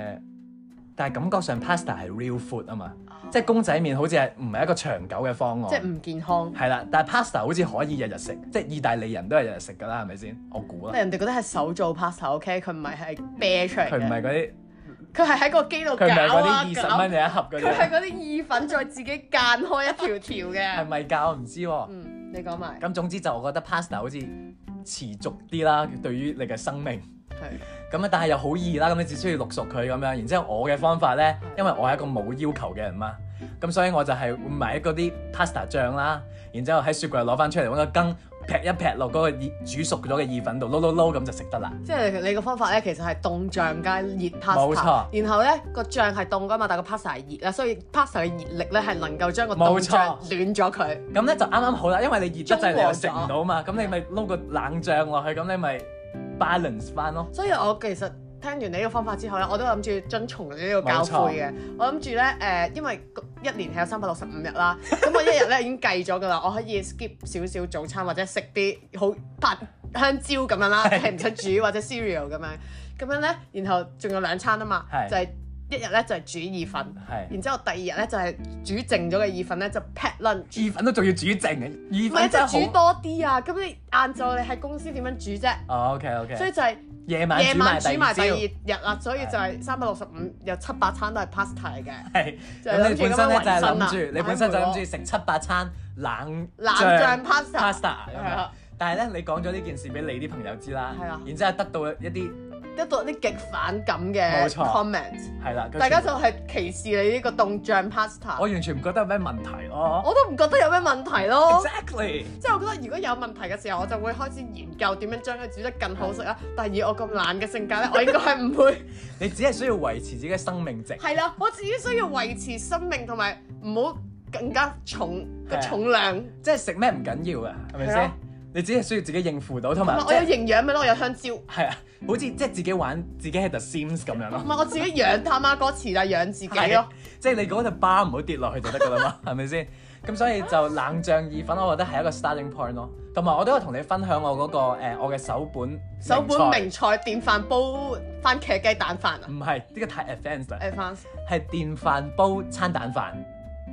[SPEAKER 2] 但係感覺上 pasta 係 real food 啊嘛，即係公仔麵好似係唔係一個長久嘅方
[SPEAKER 1] 哦即係
[SPEAKER 2] 案，
[SPEAKER 1] 唔健康。
[SPEAKER 2] 係啦。但係 pasta 好似可以日日食，即係意大利人都係日日食㗎啦，係咪先？我估啦，
[SPEAKER 1] 人哋覺得係手做 pasta，OK，佢唔係係啤出嚟
[SPEAKER 2] 佢唔
[SPEAKER 1] 嘅，
[SPEAKER 2] 係嗰啲，
[SPEAKER 1] 佢係喺個機度搞
[SPEAKER 2] 佢唔係嗰
[SPEAKER 1] 啊
[SPEAKER 2] 啲二十蚊
[SPEAKER 1] 搞，
[SPEAKER 2] 你一盒嗰
[SPEAKER 1] 佢係
[SPEAKER 2] 啲，
[SPEAKER 1] 嗰啲意粉再自己間開一條條
[SPEAKER 2] 係
[SPEAKER 1] 嘅。
[SPEAKER 2] 咪㗎？我唔知喎、
[SPEAKER 1] 嗯，你講埋，
[SPEAKER 2] 咁總之就我覺得 pasta 好似持續啲啦，對於你嘅生命。
[SPEAKER 1] 係
[SPEAKER 2] 咁啊，但係又好易啦，咁你只需要淥熟佢咁樣，然之後我嘅方法咧，
[SPEAKER 1] 嗯
[SPEAKER 2] 因為我係一個冇要求嘅人嘛，咁所以我就係會買嗰啲 pasta 醬啦，然之後喺雪櫃攞翻出嚟揾個羹，劈一劈落嗰個意煮熟咗嘅意粉度，撈撈撈咁就食得啦。
[SPEAKER 1] 即係你個方法咧，其實係凍醬加熱
[SPEAKER 2] 冇
[SPEAKER 1] pasta，
[SPEAKER 2] 錯
[SPEAKER 1] 然後咧個醬係凍噶嘛，但係個 pasta 係熱啦，所以 pasta 嘅熱力咧係能夠將個凍
[SPEAKER 2] 冇
[SPEAKER 1] 醬
[SPEAKER 2] 錯
[SPEAKER 1] 暖咗佢。
[SPEAKER 2] 咁咧就啱啱好啦，因為你熱得滯你又食唔到嘛，咁
[SPEAKER 1] 和咗
[SPEAKER 2] 你咪撈個冷醬落去，咁你咪 balance 翻咯。
[SPEAKER 1] 所以我其實聽完你呢個方法之後咧，我都諗住遵從你呢個教誨嘅。我諗住咧誒，因為一年係有三百六十五日啦，咁我一日咧已經計咗㗎啦，我可以 skip 少少早餐或者食啲好拍香蕉咁樣啦，係唔使煮或者 cereal 咁樣，咁樣咧，然後仲有兩餐啊嘛，
[SPEAKER 2] 係
[SPEAKER 1] 就係一日咧就係煮意粉，
[SPEAKER 2] 係
[SPEAKER 1] 然之後第二日咧就係煮剩咗嘅意粉咧就 pack lunch。
[SPEAKER 2] 意粉都仲要煮剩嘅，意
[SPEAKER 1] 唔係
[SPEAKER 2] 粉
[SPEAKER 1] 即
[SPEAKER 2] 真
[SPEAKER 1] 係煮
[SPEAKER 2] 係
[SPEAKER 1] 多啲啊！咁你晏晝你喺公司點樣煮啫？
[SPEAKER 2] 好。OK
[SPEAKER 1] 所
[SPEAKER 2] OK，
[SPEAKER 1] 以就係、
[SPEAKER 2] 哦夜晚
[SPEAKER 1] 夜
[SPEAKER 2] 煮
[SPEAKER 1] 晚
[SPEAKER 2] 埋
[SPEAKER 1] 煮
[SPEAKER 2] 第
[SPEAKER 1] 埋
[SPEAKER 2] 二
[SPEAKER 1] 第
[SPEAKER 2] 朝。
[SPEAKER 1] 二日啦，啊所以就係三百六十五有七八餐都係 pasta 嚟嘅，
[SPEAKER 2] 係，
[SPEAKER 1] 就
[SPEAKER 2] 咁
[SPEAKER 1] 係諗
[SPEAKER 2] 你
[SPEAKER 1] 住
[SPEAKER 2] 本身
[SPEAKER 1] 咁
[SPEAKER 2] 咧
[SPEAKER 1] 樣維
[SPEAKER 2] 就係諗
[SPEAKER 1] 生啊
[SPEAKER 2] 住，你本身就諗住食七八餐冷
[SPEAKER 1] 冷醬 pasta
[SPEAKER 2] pasta
[SPEAKER 1] 係
[SPEAKER 2] 咁樣
[SPEAKER 1] 啊。
[SPEAKER 2] 但係咧，你講咗呢件事俾你啲朋友知啦
[SPEAKER 1] 係啊，
[SPEAKER 2] 然之後得到一啲
[SPEAKER 1] 得到啲極反感嘅
[SPEAKER 2] 冇錯
[SPEAKER 1] comment，
[SPEAKER 2] 係啦，佢
[SPEAKER 1] 大家
[SPEAKER 2] 全
[SPEAKER 1] 就係歧視你呢個凍醬 pasta，
[SPEAKER 2] 我
[SPEAKER 1] 我
[SPEAKER 2] 完全唔覺得有咩問題咯。
[SPEAKER 1] 都唔覺得有咩問題咯。
[SPEAKER 2] Exactly，
[SPEAKER 1] 即係我覺得如果有問題嘅時候，我就會開始研究點樣將佢煮得更好食啦。啊但係以我咁懶嘅性格咧，我應該係唔 會
[SPEAKER 2] 你只係需要維持自己嘅生命值，
[SPEAKER 1] 係啦。我只需要維持生命同埋唔好更加重
[SPEAKER 2] 係
[SPEAKER 1] 個
[SPEAKER 2] 啊
[SPEAKER 1] 重量。
[SPEAKER 2] 即係食咩唔緊要啊，係咪
[SPEAKER 1] 係
[SPEAKER 2] 先
[SPEAKER 1] 啊？
[SPEAKER 2] 你只係需要自己應付到，同
[SPEAKER 1] 同
[SPEAKER 2] 埋
[SPEAKER 1] 埋我
[SPEAKER 2] 即
[SPEAKER 1] 有
[SPEAKER 2] 係
[SPEAKER 1] 營養咪咯，我有香蕉。
[SPEAKER 2] 係啊，好似即係自己玩自己係 The Sims 咁樣
[SPEAKER 1] 唔
[SPEAKER 2] 咯。
[SPEAKER 1] 係我自己養啊他媽哥池，但係養自己
[SPEAKER 2] 係
[SPEAKER 1] 咯。，
[SPEAKER 2] 即係你嗰隻巴唔好跌落去就得㗎啦嘛， 係咪先？咁所以就冷醬意粉，我覺得係一個 starting point 咯。同埋我都有同你分享我嗰、個、呃、我嘅手本
[SPEAKER 1] 手本
[SPEAKER 2] 菜
[SPEAKER 1] 名菜電飯煲番茄雞蛋飯啊
[SPEAKER 2] 唔係呢個太 advanced 啦，
[SPEAKER 1] ，advance。
[SPEAKER 2] 係電飯煲餐蛋飯，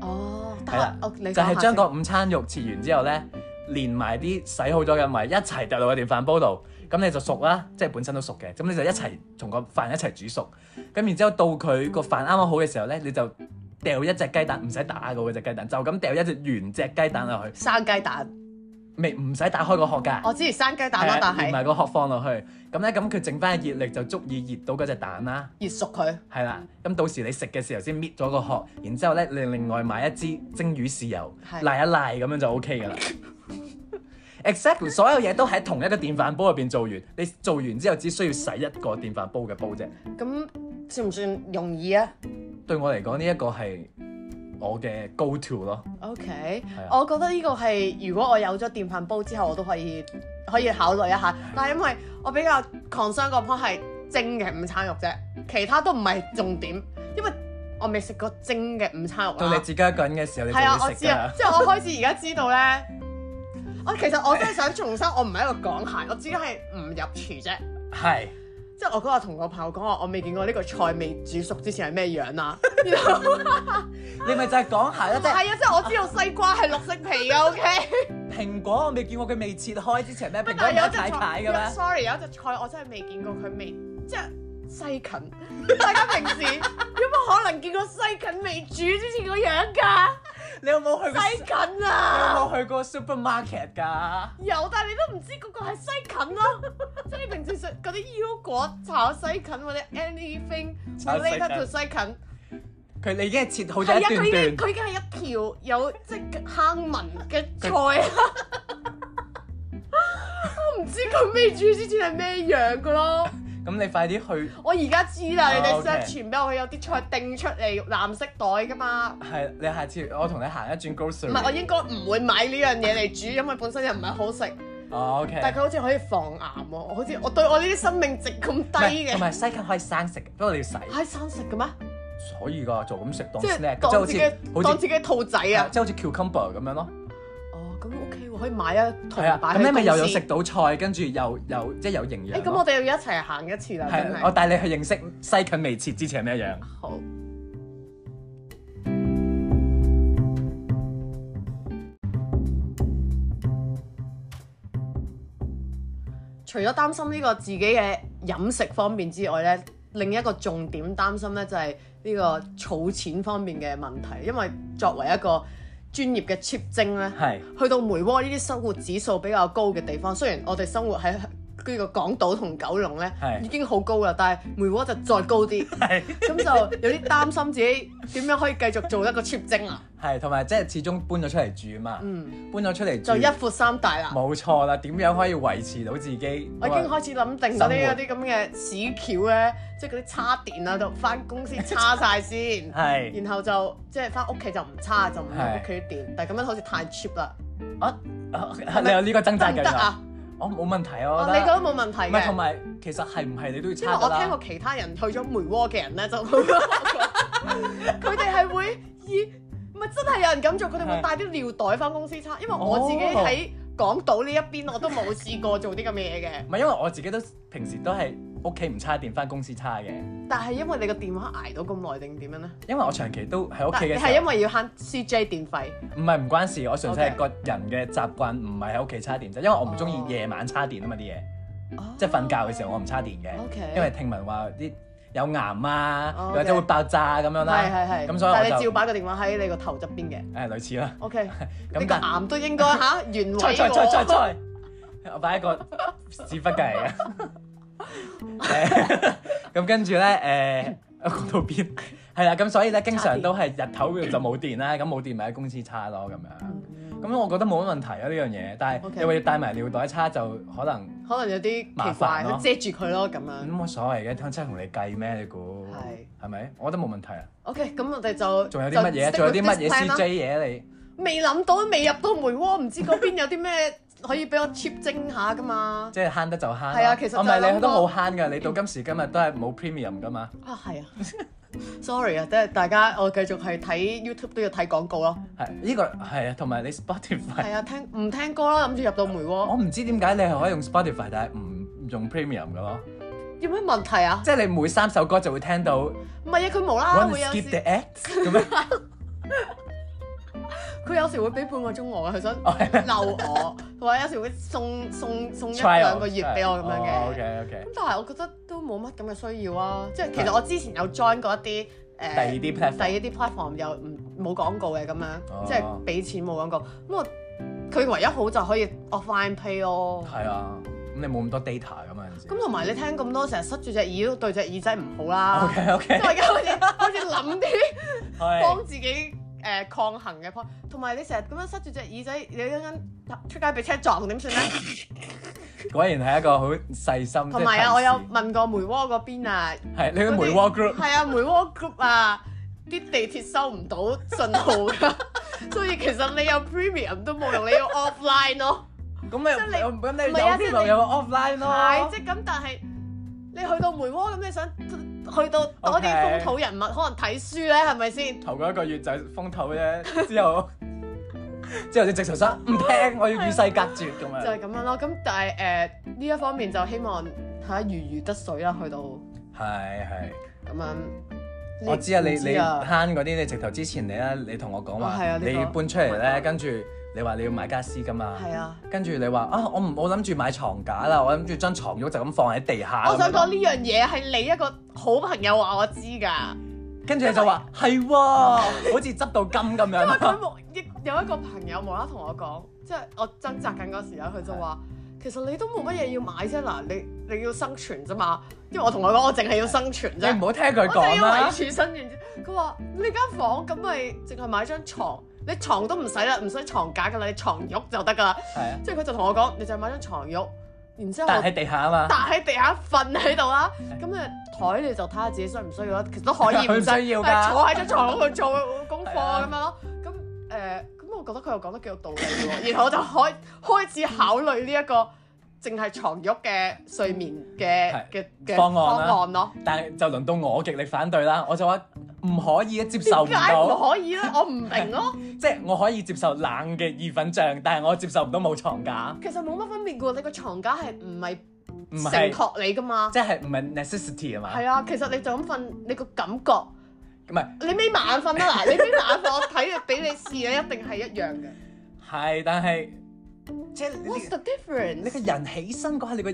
[SPEAKER 1] 哦，得
[SPEAKER 2] 係
[SPEAKER 1] 啦
[SPEAKER 2] 啦，
[SPEAKER 1] 我你
[SPEAKER 2] 就係
[SPEAKER 1] 係
[SPEAKER 2] 將個午餐肉切完之後咧，連埋啲洗好咗嘅米一齊掉落個電飯煲度，咁你就熟啦，即係本身都熟嘅，咁你就一齊同個飯一齊煮熟，咁然之後到佢個飯啱啱好嘅時候咧，你就掉一隻雞蛋，唔使打嘅嗰只雞蛋，就咁掉一隻原隻雞蛋落去。
[SPEAKER 1] 生雞蛋，
[SPEAKER 2] 未唔使打開個殼㗎。
[SPEAKER 1] 我之前生雞蛋啦，但
[SPEAKER 2] 啊連
[SPEAKER 1] 係
[SPEAKER 2] 埋個殼放落去，咁咧咁佢剩翻嘅熱力就足以熱到嗰只蛋啦，
[SPEAKER 1] 熱熟佢，
[SPEAKER 2] 係啦。咁到時你食嘅時候先搣咗個殼，然之後咧你另外買一支蒸魚豉油，
[SPEAKER 1] 嗯係
[SPEAKER 2] 賴一賴咁樣就 OK 噶啦。Exactly，所有嘢都喺同一個電飯煲入邊做完，你做完之後只需要洗一個電飯煲嘅煲啫。
[SPEAKER 1] 咁算唔算容易啊
[SPEAKER 2] 對我嚟講，呢、一個係我嘅 go to 咯。
[SPEAKER 1] ？OK，
[SPEAKER 2] 啊
[SPEAKER 1] 我覺得呢個係如果我有咗電飯煲之後，我都可以可以考慮一下。但係因為我比較 concern 個 point 係蒸嘅午餐肉啫，其他都唔係重點，因為我未食過蒸嘅午餐肉啊
[SPEAKER 2] 到你
[SPEAKER 1] 啦。
[SPEAKER 2] 自己一個人嘅時候，你就
[SPEAKER 1] 係啊，
[SPEAKER 2] 會
[SPEAKER 1] 我
[SPEAKER 2] 食
[SPEAKER 1] 知
[SPEAKER 2] 㗎
[SPEAKER 1] 啊
[SPEAKER 2] 啦，。
[SPEAKER 1] 即係我開始而家知道咧。我其實我真係想重申，我唔係一個講鞋，我只係唔入廚啫。
[SPEAKER 2] 係
[SPEAKER 1] 即係我嗰日同個朋友講話，我未見過呢個菜未煮熟之前係咩樣 啦。然後
[SPEAKER 2] 你咪就係講下啦，即係
[SPEAKER 1] 係啊，即係我知道西瓜係綠色皮嘅，OK。
[SPEAKER 2] 蘋果，我未見過佢未切開之前咩蘋果
[SPEAKER 1] 但係
[SPEAKER 2] 唔
[SPEAKER 1] 有
[SPEAKER 2] 係
[SPEAKER 1] 一隻
[SPEAKER 2] 太太嘅
[SPEAKER 1] 菜
[SPEAKER 2] 咩？
[SPEAKER 1] ，sorry，有一隻菜我真係未見過佢未，即係西芹。大家平時 有冇可能見過西芹未煮之前個樣㗎？
[SPEAKER 2] 你有冇去過？
[SPEAKER 1] 西
[SPEAKER 2] 你
[SPEAKER 1] 芹
[SPEAKER 2] 有
[SPEAKER 1] 啊！
[SPEAKER 2] 冇去過 supermarket 㗎？
[SPEAKER 1] 有，但係你都唔知嗰個係西芹啦。 即係你平時食嗰啲腰果炒西芹或者 anything
[SPEAKER 2] 炒西芹
[SPEAKER 1] related to 西芹，
[SPEAKER 2] 佢你已經係切好咗
[SPEAKER 1] 係啊，佢已
[SPEAKER 2] 一
[SPEAKER 1] 經
[SPEAKER 2] 段段，
[SPEAKER 1] 佢已經係一條有 即係坑紋嘅菜啊。 我唔知佢未煮之前係咩樣噶咯。
[SPEAKER 2] 咁你快啲去
[SPEAKER 1] 我而家知啦，你哋
[SPEAKER 2] 哦，OK
[SPEAKER 1] 上傳俾我，佢有啲菜定出嚟藍色袋噶嘛。
[SPEAKER 2] 係你下次我同你行一轉
[SPEAKER 1] 唔係，我
[SPEAKER 2] grocery。
[SPEAKER 1] 應該唔會買呢樣嘢嚟煮，因為本身又唔係好食。
[SPEAKER 2] 哦，OK。
[SPEAKER 1] 但係佢好似可以防癌喎，我好似我對我呢啲生命值咁
[SPEAKER 2] 嗯唔係
[SPEAKER 1] 低
[SPEAKER 2] 同
[SPEAKER 1] 嘅，
[SPEAKER 2] 埋西芹可以生食，不過你要洗。
[SPEAKER 1] 係生食嘅咩？
[SPEAKER 2] 可以㗎，就咁食當
[SPEAKER 1] 即係
[SPEAKER 2] snack，即係
[SPEAKER 1] 當
[SPEAKER 2] 好
[SPEAKER 1] 自己
[SPEAKER 2] 似好
[SPEAKER 1] 當
[SPEAKER 2] 似
[SPEAKER 1] 自己兔仔
[SPEAKER 2] 係啊
[SPEAKER 1] 啊！
[SPEAKER 2] 即係好似 cucumber 咁樣咯。
[SPEAKER 1] 哦，咁 OK 喎，可以買一
[SPEAKER 2] 係啊
[SPEAKER 1] 桶，擺
[SPEAKER 2] 咁你咪又有
[SPEAKER 1] 有
[SPEAKER 2] 食到菜，跟住又又即係有營養
[SPEAKER 1] 誒，咁
[SPEAKER 2] 咯。
[SPEAKER 1] 我哋要一齊行一次啦，真
[SPEAKER 2] 係我
[SPEAKER 1] 係
[SPEAKER 2] 帶你去認識西芹未切之前係咩樣。
[SPEAKER 1] 好。除咗擔心呢個自己嘅飲食方面之外咧，另一個重點擔心咧就係呢個儲錢方面嘅問題，因為作為一個專業嘅 cheap 精咧，
[SPEAKER 2] 係
[SPEAKER 1] 去到梅窩呢啲生活指數比較高嘅地方，雖然我哋生活喺呢個港島同九龍咧
[SPEAKER 2] 係
[SPEAKER 1] 已經好高啦，但係梅窩就再高啲，
[SPEAKER 2] 係。
[SPEAKER 1] 咁就有啲擔心自己點樣可以繼續做一個 cheap 精啊，
[SPEAKER 2] 係，同埋即係始終搬咗出嚟住啊嘛，搬咗出嚟
[SPEAKER 1] 嗯
[SPEAKER 2] 住
[SPEAKER 1] 就一闊三大啦。
[SPEAKER 2] 冇錯啦。點樣可以維持到自己？
[SPEAKER 1] 我已經開始諗定嗰啲嗰
[SPEAKER 2] 生活，
[SPEAKER 1] 啲咁嘅市橋咧，即係嗰啲叉電啊，度翻公司叉晒先
[SPEAKER 2] 係
[SPEAKER 1] 然後就即係翻屋企就唔叉，就唔用
[SPEAKER 2] 係
[SPEAKER 1] 屋企啲電。但係咁樣好似太 cheap 啦，
[SPEAKER 2] 啊，啊你有呢個掙
[SPEAKER 1] 得
[SPEAKER 2] 扎
[SPEAKER 1] 唔
[SPEAKER 2] 嘅
[SPEAKER 1] 得啊？
[SPEAKER 2] 我冇問題啊，我
[SPEAKER 1] 哦，
[SPEAKER 2] 覺
[SPEAKER 1] 你覺
[SPEAKER 2] 得
[SPEAKER 1] 得冇問題
[SPEAKER 2] 唔係同
[SPEAKER 1] 嘅？
[SPEAKER 2] 埋其實係唔係你
[SPEAKER 1] 因
[SPEAKER 2] 都要
[SPEAKER 1] 為我
[SPEAKER 2] 差
[SPEAKER 1] 聽
[SPEAKER 2] 㗎啦
[SPEAKER 1] 過。其他人去咗梅窩嘅人咧，就 佢哋係會以唔係真係有人咁做，佢哋會
[SPEAKER 2] 係
[SPEAKER 1] 帶啲尿袋翻公司叉。因為我自己
[SPEAKER 2] 哦
[SPEAKER 1] 喺港島呢一邊，我都冇試過做啲咁嘅嘢嘅。
[SPEAKER 2] 唔係因為我自己都平時都係屋企唔差電，翻公司差嘅，
[SPEAKER 1] 但係因為你個電話捱到咁耐定點樣咧？
[SPEAKER 2] 因為我長期都喺屋企
[SPEAKER 1] 但
[SPEAKER 2] 嘅
[SPEAKER 1] 係
[SPEAKER 2] 時
[SPEAKER 1] 因
[SPEAKER 2] 候，
[SPEAKER 1] 為要慳 CJ 電費。
[SPEAKER 2] 唔係唔關事，我純粹係
[SPEAKER 1] OK
[SPEAKER 2] 個人嘅習慣，唔係喺屋企差電啫。因為我唔中
[SPEAKER 1] 哦
[SPEAKER 2] 意夜晚差電啊嘛啲嘢，即係瞓覺嘅時候我唔差電嘅
[SPEAKER 1] 哦 OK，
[SPEAKER 2] 因為聽聞話啲有癌啊，
[SPEAKER 1] 哦
[SPEAKER 2] 或者
[SPEAKER 1] OK
[SPEAKER 2] 會爆炸咁樣啦。
[SPEAKER 1] 係係係，
[SPEAKER 2] 咁所
[SPEAKER 1] 但
[SPEAKER 2] 以我
[SPEAKER 1] 係你
[SPEAKER 2] 就
[SPEAKER 1] 照擺個電話喺你個頭側邊嘅。
[SPEAKER 2] 誒類似啦。
[SPEAKER 1] OK，
[SPEAKER 2] 咁
[SPEAKER 1] 你個
[SPEAKER 2] 但
[SPEAKER 1] 癌都應該 嚇原位
[SPEAKER 2] 菜菜菜
[SPEAKER 1] 喎。
[SPEAKER 2] 菜 菜，我擺一個屎忽計嚟 嘅。咁跟住咧，誒講到邊？係啦，咁所以咧，經常都係日頭就冇電啦，咁冇電咪喺公司叉咯咁樣。咁我覺得冇乜問題啊呢樣嘢，但係
[SPEAKER 1] OK
[SPEAKER 2] 你話要帶埋尿袋叉就可能
[SPEAKER 1] 可能有啲
[SPEAKER 2] 麻
[SPEAKER 1] 奇怪，
[SPEAKER 2] 煩咯嗯
[SPEAKER 1] 佢遮住佢咯咁樣。
[SPEAKER 2] 咁冇所謂嘅，真係同你計咩？你估
[SPEAKER 1] 係
[SPEAKER 2] 係咪？我覺得冇問題啊。
[SPEAKER 1] OK，咁我哋就
[SPEAKER 2] 仲有啲乜嘢？仲有啲乜嘢 CJ
[SPEAKER 1] 先？
[SPEAKER 2] 嘢你？
[SPEAKER 1] 未諗到，未入到梅窩，唔知嗰邊有啲咩 可以俾我 cheap 蒸下噶嘛？
[SPEAKER 2] 即係慳得就慳啦。
[SPEAKER 1] 係啊其實就
[SPEAKER 2] 我唔係
[SPEAKER 1] 係諗
[SPEAKER 2] 你都
[SPEAKER 1] 過
[SPEAKER 2] 好慳㗎，你到今時今日都係冇 premium 㗎嘛。
[SPEAKER 1] 啊，係啊。Sorry 啊，即係大家我繼續係睇 YouTube 都要睇廣告咯。
[SPEAKER 2] 係呢、個係啊，同埋你 Spotify，
[SPEAKER 1] 嗯係啊，聽唔聽歌啦？諗住入到梅
[SPEAKER 2] 我
[SPEAKER 1] 窩，
[SPEAKER 2] 唔知點解你係可以用 Spotify，但係唔用 Premium 嘅咯。
[SPEAKER 1] 有咩問題啊？
[SPEAKER 2] 即係你每三首歌就會聽到
[SPEAKER 1] 唔係啊，佢無啦啦
[SPEAKER 2] One
[SPEAKER 1] 會有
[SPEAKER 2] Skip
[SPEAKER 1] 時
[SPEAKER 2] the。X 咁 樣。
[SPEAKER 1] 佢有時會俾半個鐘我，佢想
[SPEAKER 2] 哦係
[SPEAKER 1] 嬲我，或者有時會送送送一
[SPEAKER 2] Trial，
[SPEAKER 1] 兩個月俾我咁樣嘅。
[SPEAKER 2] 哦 OK OK。
[SPEAKER 1] 咁但係我覺得都冇乜咁嘅需要啊，即係其
[SPEAKER 2] 係
[SPEAKER 1] 實我之前有 join 過一啲
[SPEAKER 2] 第二
[SPEAKER 1] 誒
[SPEAKER 2] 啲
[SPEAKER 1] 第二
[SPEAKER 2] platform。
[SPEAKER 1] 啲 platform 又唔冇廣告嘅咁樣，
[SPEAKER 2] 哦
[SPEAKER 1] 即係俾錢冇廣告。咁我佢唯一好就可以 offline pay 咯。
[SPEAKER 2] 係啊，咁你冇咁多 data 咁嘛陣時。
[SPEAKER 1] 咁同埋你聽咁多成日塞住隻耳，對隻耳仔唔好啦。
[SPEAKER 2] OK
[SPEAKER 1] 即
[SPEAKER 2] OK，
[SPEAKER 1] 係我而家開始開始諗啲幫
[SPEAKER 2] 係
[SPEAKER 1] 自己誒抗衡嘅 point，同埋你成日咁樣塞住隻耳仔，你一陣間出街俾車撞點算 咧？
[SPEAKER 2] 果然係一個好細心。
[SPEAKER 1] 同埋啊，我有
[SPEAKER 2] 係
[SPEAKER 1] 問過梅窩嗰邊啊，
[SPEAKER 2] 你嘅梅窩 group
[SPEAKER 1] 係啊，梅窩 group 啊，啲地鐵收唔到信號㗎， 所以其實你有 premium 都冇用，你要 offline 咯。
[SPEAKER 2] 咁
[SPEAKER 1] 即係
[SPEAKER 2] 你
[SPEAKER 1] 你
[SPEAKER 2] 有咁你
[SPEAKER 1] 唔係啊即係
[SPEAKER 2] 有
[SPEAKER 1] 你
[SPEAKER 2] f 有 offline
[SPEAKER 1] 係
[SPEAKER 2] 咯。
[SPEAKER 1] 即係咁，但係你去到梅窩咁，你想去到嗰啲
[SPEAKER 2] OK
[SPEAKER 1] 風土人物，可能睇書咧，係咪先？
[SPEAKER 2] 頭嗰一個月就係風頭啫，之後 之後你直頭生唔聽，我要與世隔絕咁
[SPEAKER 1] 就係
[SPEAKER 2] 樣。
[SPEAKER 1] 咁樣咯。咁但係誒呢一方面就希望睇下如魚得水啦，去到咁
[SPEAKER 2] 係係。
[SPEAKER 1] 樣。
[SPEAKER 2] 我知啊，你
[SPEAKER 1] 唔
[SPEAKER 2] 你
[SPEAKER 1] 啊
[SPEAKER 2] 慳嗰啲，你直頭之前你咧，你同我講
[SPEAKER 1] 哦
[SPEAKER 2] 話
[SPEAKER 1] 係啊呢個
[SPEAKER 2] 你要搬出嚟
[SPEAKER 1] 明白
[SPEAKER 2] 咧，跟住你話你要買家私噶嘛，
[SPEAKER 1] 係啊。
[SPEAKER 2] 跟住你話啊，我唔我諗住買床架啦，我諗住張床褥就啊咁放喺地下。
[SPEAKER 1] 我想講呢，樣嘢係你一個好朋友話我知㗎，
[SPEAKER 2] 跟住你就話係喎，好似執到金咁
[SPEAKER 1] 因為
[SPEAKER 2] 樣。
[SPEAKER 1] 佢冇亦有一個朋友無啦啦同我講，即係我掙扎緊嗰時啊，佢就話。其實你都冇乜嘢要買啫，嗱，你你要生存啫嘛，因為我同佢講，我淨係要生存
[SPEAKER 2] 你
[SPEAKER 1] 啫
[SPEAKER 2] 唔，好聽佢
[SPEAKER 1] 我淨係
[SPEAKER 2] 講
[SPEAKER 1] 要
[SPEAKER 2] 啦
[SPEAKER 1] 維，持生存啫。佢話你間房咁咪淨係買張床，你床都唔使啦，唔使床架㗎啦，你床褥就得㗎啦。
[SPEAKER 2] 係啊，
[SPEAKER 1] 即係佢就同我講，你就買張床褥，然之後
[SPEAKER 2] 但喺地下啊嘛，
[SPEAKER 1] 搭喺地下瞓喺度啦。咁你台你就睇下自己需唔需要啦。其實都可以唔
[SPEAKER 2] 佢唔需要㗎
[SPEAKER 1] 但係坐喺張床嗰度做功課
[SPEAKER 2] 係
[SPEAKER 1] 咁
[SPEAKER 2] 啊
[SPEAKER 1] 樣咯。咁誒，咁我覺得佢又講得幾有道理喎。然後我就 開開始考慮呢一個淨係床褥嘅睡眠嘅
[SPEAKER 2] 係
[SPEAKER 1] 嘅嘅
[SPEAKER 2] 方
[SPEAKER 1] 方
[SPEAKER 2] 案啦
[SPEAKER 1] 案咯。
[SPEAKER 2] 但係就輪到我極力反對啦，我就話唔可以啊接受
[SPEAKER 1] 點
[SPEAKER 2] 唔
[SPEAKER 1] 解唔
[SPEAKER 2] 到，
[SPEAKER 1] 可以咧？我唔明咯。
[SPEAKER 2] 即係我可以接受冷嘅意粉醬，但係我接受唔到冇床架，
[SPEAKER 1] 其實冇乜分別嘅喎，你個床架係唔係
[SPEAKER 2] 唔
[SPEAKER 1] 承
[SPEAKER 2] 係
[SPEAKER 1] 托你噶嘛？
[SPEAKER 2] 即係唔係 necessity 啊嘛。
[SPEAKER 1] 係啊，其實你就咁瞓，你個感覺，
[SPEAKER 2] 唔係
[SPEAKER 1] 你眯埋眼瞓啦嗱，你眯埋眼瞓，我睇嘅俾你試嘅一定係一樣嘅。
[SPEAKER 2] 係，但係即係你
[SPEAKER 1] What's the
[SPEAKER 2] 你個
[SPEAKER 1] difference？
[SPEAKER 2] 人起身嗰下，你個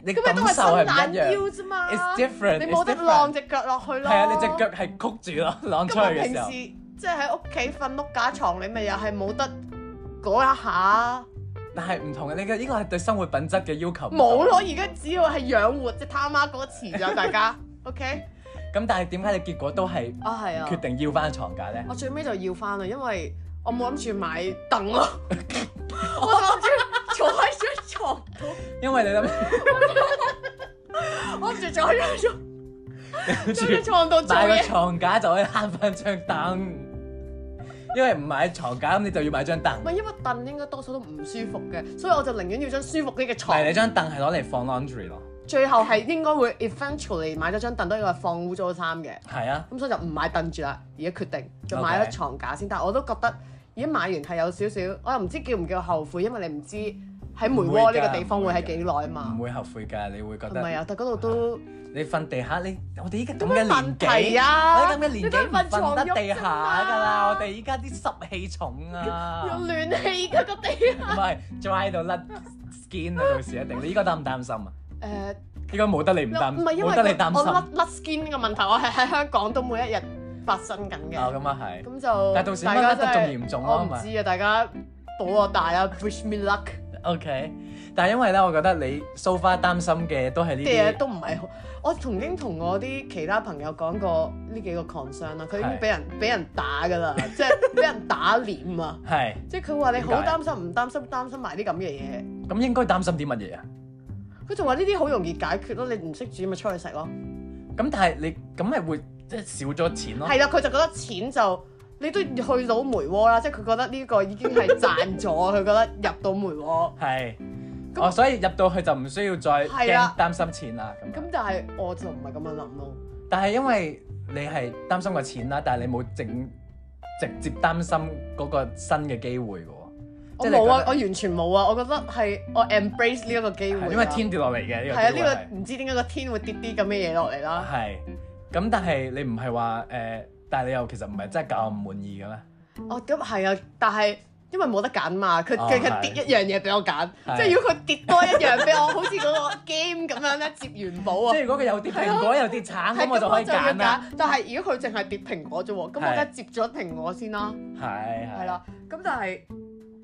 [SPEAKER 2] 你
[SPEAKER 1] 咁
[SPEAKER 2] 感
[SPEAKER 1] 你都
[SPEAKER 2] 受
[SPEAKER 1] 係
[SPEAKER 2] 係唔
[SPEAKER 1] 伸懶
[SPEAKER 2] 一
[SPEAKER 1] 腰
[SPEAKER 2] 樣。
[SPEAKER 1] 啫嘛
[SPEAKER 2] It's different,
[SPEAKER 1] 啊你冇得
[SPEAKER 2] it's different.
[SPEAKER 1] 晾只腳落去咯。
[SPEAKER 2] 係啊，你隻腳係曲 住咯，攬出
[SPEAKER 1] 咁我
[SPEAKER 2] 去
[SPEAKER 1] 平
[SPEAKER 2] 嘅時候
[SPEAKER 1] 時即係喺屋企瞓碌架床，你咪又係冇得嗰一下。
[SPEAKER 2] 但係唔同嘅，你嘅呢個係對生活品質嘅要求。
[SPEAKER 1] 冇咯，。而家只要係養活只他媽嗰個詞咋，大 家 OK
[SPEAKER 2] 咁但係點解你結果都係
[SPEAKER 1] 啊，係啊。
[SPEAKER 2] 決定要翻床架咧？
[SPEAKER 1] 我最尾就要翻啦，因為我冇諗住買凳 咯，我諗住坐喺張床，
[SPEAKER 2] 因為 你諗
[SPEAKER 1] 我諗住坐喺張床，坐喺
[SPEAKER 2] 諗
[SPEAKER 1] 張
[SPEAKER 2] 住
[SPEAKER 1] 床度做
[SPEAKER 2] 買個
[SPEAKER 1] 嘢。
[SPEAKER 2] 床架就可以慳翻張凳，因為唔買床架咁你就要買張凳
[SPEAKER 1] 唔。係因為凳應該多數都唔舒服嘅，所以我就寧願要張舒服啲嘅床。
[SPEAKER 2] 係你張凳係攞嚟放 laundry 咯。
[SPEAKER 1] 最後係應該會 eventually 買咗張凳，都應該係放污糟衫嘅。
[SPEAKER 2] 係啊，
[SPEAKER 1] 咁所以就唔買凳住啦，而家決定就買
[SPEAKER 2] OK
[SPEAKER 1] 咗床架先。但係我都覺得而家買完係有少少，我又唔知叫唔叫後悔，因為你唔知喺梅窩呢個地方會喺幾耐啊嘛
[SPEAKER 2] 唔。會後悔㗎，你會覺
[SPEAKER 1] 唔
[SPEAKER 2] 得
[SPEAKER 1] 係啊，但嗰度都。
[SPEAKER 2] 你瞓地下，你我哋依家
[SPEAKER 1] 有
[SPEAKER 2] 咁嘅
[SPEAKER 1] 咩
[SPEAKER 2] 年
[SPEAKER 1] 問
[SPEAKER 2] 紀
[SPEAKER 1] 題啊
[SPEAKER 2] 我哋咁嘅年紀唔
[SPEAKER 1] 你都係瞓
[SPEAKER 2] 瞓
[SPEAKER 1] 床
[SPEAKER 2] 得
[SPEAKER 1] 褥
[SPEAKER 2] 地
[SPEAKER 1] 啫
[SPEAKER 2] 下㗎啦，
[SPEAKER 1] 嘛
[SPEAKER 2] 我哋依家啲濕氣重
[SPEAKER 1] 要
[SPEAKER 2] 啊，
[SPEAKER 1] 暖氣㗎個地
[SPEAKER 2] 唔係 dry 到甩 skin 啊，到時一定。你依家擔唔擔心啊？
[SPEAKER 1] 誒，
[SPEAKER 2] 應該冇得你唔擔，
[SPEAKER 1] 唔係因為
[SPEAKER 2] 冇得你擔
[SPEAKER 1] 我
[SPEAKER 2] 心
[SPEAKER 1] 甩。甩 skin 呢個問題，我係喺香港都每一日發生緊
[SPEAKER 2] 啊，
[SPEAKER 1] 嘅。
[SPEAKER 2] 咁啊係。
[SPEAKER 1] 咁就
[SPEAKER 2] 但係到時
[SPEAKER 1] 大
[SPEAKER 2] 乜
[SPEAKER 1] 家
[SPEAKER 2] 乜得
[SPEAKER 1] 真係
[SPEAKER 2] 仲嚴重咯
[SPEAKER 1] 我唔
[SPEAKER 2] 咪
[SPEAKER 1] 知啊，大家保我大啊，wish me luck
[SPEAKER 2] OK，但係因為咧，我覺得你 so far 擔心嘅都係呢
[SPEAKER 1] 啲嘢
[SPEAKER 2] 啲，
[SPEAKER 1] 都唔係好。我曾經同我啲其他朋友講過呢幾個 concern 啊啦，佢已
[SPEAKER 2] 係
[SPEAKER 1] 經俾人俾人打㗎啦， 即係俾人打臉啊！
[SPEAKER 2] 係
[SPEAKER 1] 即係佢話你好
[SPEAKER 2] 點解
[SPEAKER 1] 擔心，唔擔心擔心埋啲咁嘅嘢。
[SPEAKER 2] 咁應該擔心啲乜嘢啊？
[SPEAKER 1] 佢就話呢啲好容易解決咯，你唔識煮咪出去食咯。
[SPEAKER 2] 咁但係你咁咪會即係少咗錢咯。
[SPEAKER 1] 係啦，佢就覺得錢就你都去到梅窩啦，即係佢覺得呢個已經係賺咗，佢覺得入到梅窩。
[SPEAKER 2] 係，
[SPEAKER 1] 咁
[SPEAKER 2] 哦，所以入到去就唔需要再
[SPEAKER 1] 係啦
[SPEAKER 2] 驚擔心錢啦。咁樣。
[SPEAKER 1] 咁但係我就唔係咁樣諗咯，
[SPEAKER 2] 但係因為你係擔心個錢啦，但係你冇正直接擔心嗰個新嘅機會嘅喎，
[SPEAKER 1] 我
[SPEAKER 2] 即係你
[SPEAKER 1] 冇啊
[SPEAKER 2] 覺，得
[SPEAKER 1] 我完全冇啊，我覺得係我 embrace 呢一個機會啊，
[SPEAKER 2] 因為天跌落嚟嘅呢個
[SPEAKER 1] 係啊，
[SPEAKER 2] 機
[SPEAKER 1] 呢
[SPEAKER 2] 會係啊
[SPEAKER 1] 個嗯唔知點解個天會跌啲咁嘅嘢落嚟啦。
[SPEAKER 2] 係咁，但係你唔係話誒，但係你又其實唔係真係咁唔滿意嘅咩？
[SPEAKER 1] 哦，咁係啊，但係因為冇得揀嘛，佢
[SPEAKER 2] 哦
[SPEAKER 1] 佢佢
[SPEAKER 2] 係
[SPEAKER 1] 跌一樣嘢俾我揀，
[SPEAKER 2] 係
[SPEAKER 1] 即係如果佢跌多一樣俾我，好似嗰個 game 咁樣咧，接元寶啊
[SPEAKER 2] 即。係如果佢有跌蘋果又跌橙，咁
[SPEAKER 1] 係
[SPEAKER 2] 我就可以
[SPEAKER 1] 要
[SPEAKER 2] 揀啦。。
[SPEAKER 1] 但係如果佢淨係跌蘋果啫喎，咁我梗
[SPEAKER 2] 係
[SPEAKER 1] 係接咗蘋果先啦，
[SPEAKER 2] 係
[SPEAKER 1] 係啦。咁但係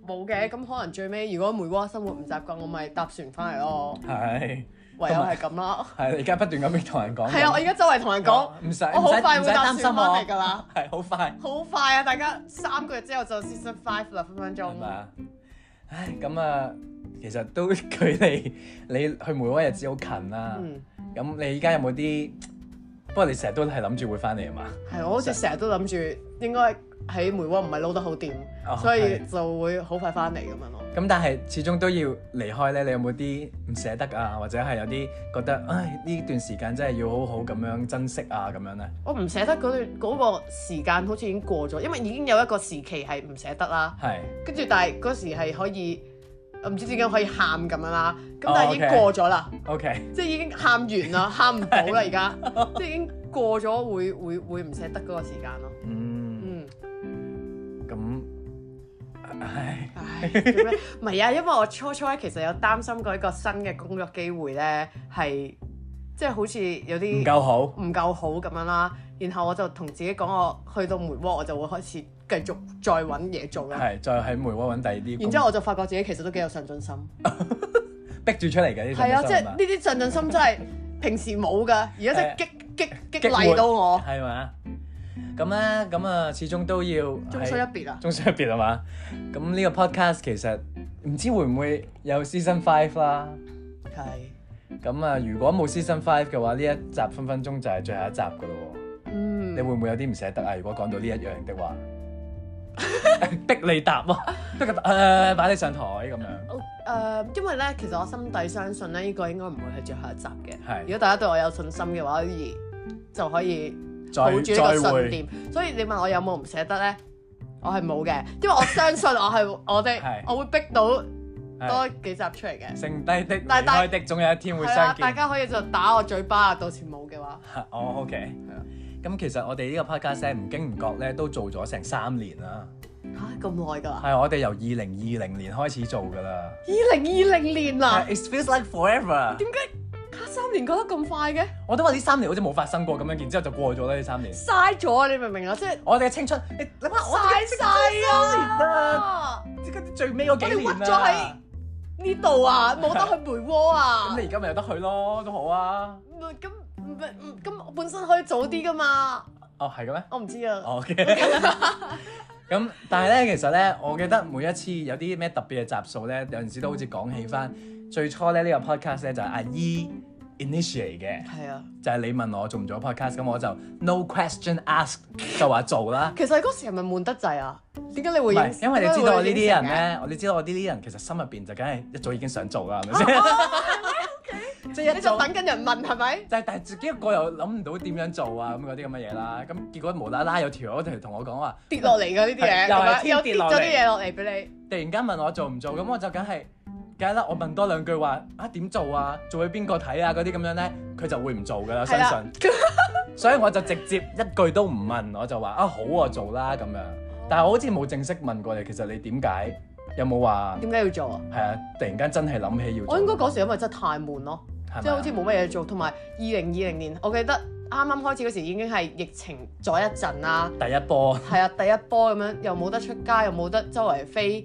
[SPEAKER 1] 冇嘅，咁可能最尾如果梅窩生活唔習慣，我咪搭船翻嚟咯，
[SPEAKER 2] 係
[SPEAKER 1] 唯有係咁啦。
[SPEAKER 2] 係，而家不斷咁樣同人講。哦
[SPEAKER 1] 係啊，我而家周圍同人講，
[SPEAKER 2] 唔使
[SPEAKER 1] 我好快
[SPEAKER 2] 唔
[SPEAKER 1] 會
[SPEAKER 2] 使
[SPEAKER 1] 搭
[SPEAKER 2] 擔
[SPEAKER 1] 船
[SPEAKER 2] 心
[SPEAKER 1] 翻
[SPEAKER 2] 我
[SPEAKER 1] 嚟㗎啦。
[SPEAKER 2] 係好快
[SPEAKER 1] 好快啊！大家三個月之後就 season five 啦，分分
[SPEAKER 2] 係咪
[SPEAKER 1] 鐘。
[SPEAKER 2] 啊？唉，咁啊，其實都 距離你去梅窩日子好近啦。
[SPEAKER 1] 嗯，
[SPEAKER 2] 咁你而家有冇啲？不過你成日都係諗住會翻嚟啊嘛？
[SPEAKER 1] 係我好似成日都諗住應該喺梅窩唔係撈得好掂，
[SPEAKER 2] 哦
[SPEAKER 1] 所以
[SPEAKER 2] 係
[SPEAKER 1] 就會好快翻嚟咁樣咯。
[SPEAKER 2] 咁但係始終都要離開咧，你有冇啲唔捨得啊？或者係有啲覺得，唉，呢段時間真係要好好咁樣珍惜啊，咁樣咧？
[SPEAKER 1] 我唔捨得嗰段嗰個時間好似已經過咗，因為已經有一個時期係唔捨得啦。
[SPEAKER 2] 係
[SPEAKER 1] 跟住但係嗰時係可以，我唔知點解可以喊咁樣啦。咁
[SPEAKER 2] 哦
[SPEAKER 1] 但係已經
[SPEAKER 2] OK
[SPEAKER 1] 過咗啦。
[SPEAKER 2] ，OK，
[SPEAKER 1] 即係已經喊完 啦，喊唔到啦而家，即係已經過咗會會會唔捨得嗰個時間咯。
[SPEAKER 2] 嗯，
[SPEAKER 1] 嗯，
[SPEAKER 2] 咁，唉，
[SPEAKER 1] 唉，做咩唔係啊，因為我初初咧其實有擔心過一個新嘅工作機會咧係即係好似有
[SPEAKER 2] 唔
[SPEAKER 1] 啲
[SPEAKER 2] 夠好，
[SPEAKER 1] 唔夠好咁樣啦。然後我就同自己講，我去到梅窩我就會開始繼續再揾嘢做啦。
[SPEAKER 2] 係再喺梅窩揾第二啲工，
[SPEAKER 1] 然之後我就發覺自己其實都幾有上進心。
[SPEAKER 2] 逼住出嚟嘅呢種
[SPEAKER 1] 係啊，即係
[SPEAKER 2] 心
[SPEAKER 1] 呢
[SPEAKER 2] 嘛
[SPEAKER 1] 啲上進心真係平時冇㗎，而家真係激激激
[SPEAKER 2] 啊激活
[SPEAKER 1] 勵到我，
[SPEAKER 2] 係嘛？咁咧，咁啊，始終都要
[SPEAKER 1] 終須一 別啊！
[SPEAKER 2] 中西入別係嘛？咁呢個 podcast 其實唔知會唔會有 season five 啦？
[SPEAKER 1] 係。
[SPEAKER 2] 咁啊，如果冇 season five 嘅話，呢一集分分鐘就係最後一集噶咯喎。
[SPEAKER 1] 嗯
[SPEAKER 2] 你會唔會有啲唔捨得啊？如果講到呢一樣 的話，逼你答喎， 逼佢誒、呃、擺你上台咁樣，
[SPEAKER 1] 我誒、哦呃因為咧，其實我心底相信咧，呢、個應該唔會係最後一集嘅。如
[SPEAKER 2] 係
[SPEAKER 1] 果大家對我有信心嘅話，而就可以抱住
[SPEAKER 2] 再
[SPEAKER 1] 呢個
[SPEAKER 2] 再
[SPEAKER 1] 信
[SPEAKER 2] 會，
[SPEAKER 1] 念。所以你問我有冇唔捨得咧，我係冇 嘅，因為我相信我係我
[SPEAKER 2] 係
[SPEAKER 1] 哋，我會逼到
[SPEAKER 2] 係
[SPEAKER 1] 多幾集出嚟嘅。
[SPEAKER 2] 剩低的離
[SPEAKER 1] 但但
[SPEAKER 2] 開的，總有一天會
[SPEAKER 1] 係啊啦，
[SPEAKER 2] 相
[SPEAKER 1] 大
[SPEAKER 2] 見。
[SPEAKER 1] 家可以就打我嘴巴，到時冇嘅話，
[SPEAKER 2] 哦，OK
[SPEAKER 1] 係啊。
[SPEAKER 2] 咁其實我哋呢個 podcast 咧唔經唔覺咧都做咗成三年啦，
[SPEAKER 1] 嚇咁耐㗎啦，
[SPEAKER 2] 係啊我哋由二零二零年開始做㗎啦。Uh,
[SPEAKER 1] 二零二零年啦，
[SPEAKER 2] It feels like forever。
[SPEAKER 1] 啊點解嚇三年過得咁快嘅？
[SPEAKER 2] 我都話呢三年好似冇發生過咁樣，然之後就過咗啦呢三年。
[SPEAKER 1] 嘥咗啊！你明唔明啊？即係
[SPEAKER 2] 我哋嘅青春，你諗下我哋嘅
[SPEAKER 1] 嘥
[SPEAKER 2] 青
[SPEAKER 1] 晒
[SPEAKER 2] 啊！
[SPEAKER 1] 啊！
[SPEAKER 2] 即係最尾嗰幾年
[SPEAKER 1] 我哋屈咗
[SPEAKER 2] 啦
[SPEAKER 1] 喺。呢度啊，冇得去梅窩啊
[SPEAKER 2] 咁。你而家咪有得去咯，都好啊。
[SPEAKER 1] 唔係咁唔係唔咁，我本身可以早啲噶嘛，
[SPEAKER 2] 哦，係嘅咩
[SPEAKER 1] 我唔知啊。
[SPEAKER 2] 哦？OK。咁但係咧，其實咧，我記得每一次有啲咩特別嘅集數咧，有陣時都好似講起翻最初咧呢、呢個 podcast 咧就係阿姨 initiate 嘅，
[SPEAKER 1] 係啊，
[SPEAKER 2] 就係、你問我做唔做 podcast，咁我就 no question ask 就話做啦。
[SPEAKER 1] 其實嗰時係咪悶得滯啊？點解你
[SPEAKER 2] 唔
[SPEAKER 1] 會
[SPEAKER 2] 係，
[SPEAKER 1] 影？
[SPEAKER 2] 因為你知道我呢啲人
[SPEAKER 1] 咧，
[SPEAKER 2] 咧，我你知道我呢啲人其實心入邊就梗係一早已經想做啦，係咪 先？即係
[SPEAKER 1] 你就
[SPEAKER 2] 一早
[SPEAKER 1] 等緊人問係咪？
[SPEAKER 2] 但係但係自己一個又諗唔到點樣做啊咁嗰啲咁嘅嘢啦，咁結果無啦啦有條友同同我講話，
[SPEAKER 1] 跌落嚟㗎呢啲嘢，
[SPEAKER 2] 係又係
[SPEAKER 1] 係咪
[SPEAKER 2] 天
[SPEAKER 1] 又
[SPEAKER 2] 跌
[SPEAKER 1] 跌
[SPEAKER 2] 落
[SPEAKER 1] 咗
[SPEAKER 2] 嚟
[SPEAKER 1] 啲嘢落嚟俾你。
[SPEAKER 2] 突然間問我做唔做，咁我就梗係梗係啦，我問多兩句話啊點做啊，做俾邊個睇啊嗰啲咁樣咧，佢就會唔做㗎啦，
[SPEAKER 1] 係
[SPEAKER 2] 相
[SPEAKER 1] 啦
[SPEAKER 2] 信。 所以我就直接一句都唔問，我就話啊好我做啦咁樣。但係我好似冇正式問過你，其實你點解有冇話
[SPEAKER 1] 點解要做啊？
[SPEAKER 2] 係啊？突然間真係諗起要做，
[SPEAKER 1] 我應該嗰時因為真係太悶咯，
[SPEAKER 2] 係
[SPEAKER 1] 即
[SPEAKER 2] 咪
[SPEAKER 1] 係
[SPEAKER 2] 啊
[SPEAKER 1] 好似冇乜嘢做，同埋二零二零年，我記得啱啱開始嗰時已經係疫情咗一陣啦。
[SPEAKER 2] 第一波
[SPEAKER 1] 係啊，第一波咁樣又冇得出街，又冇得周圍飛，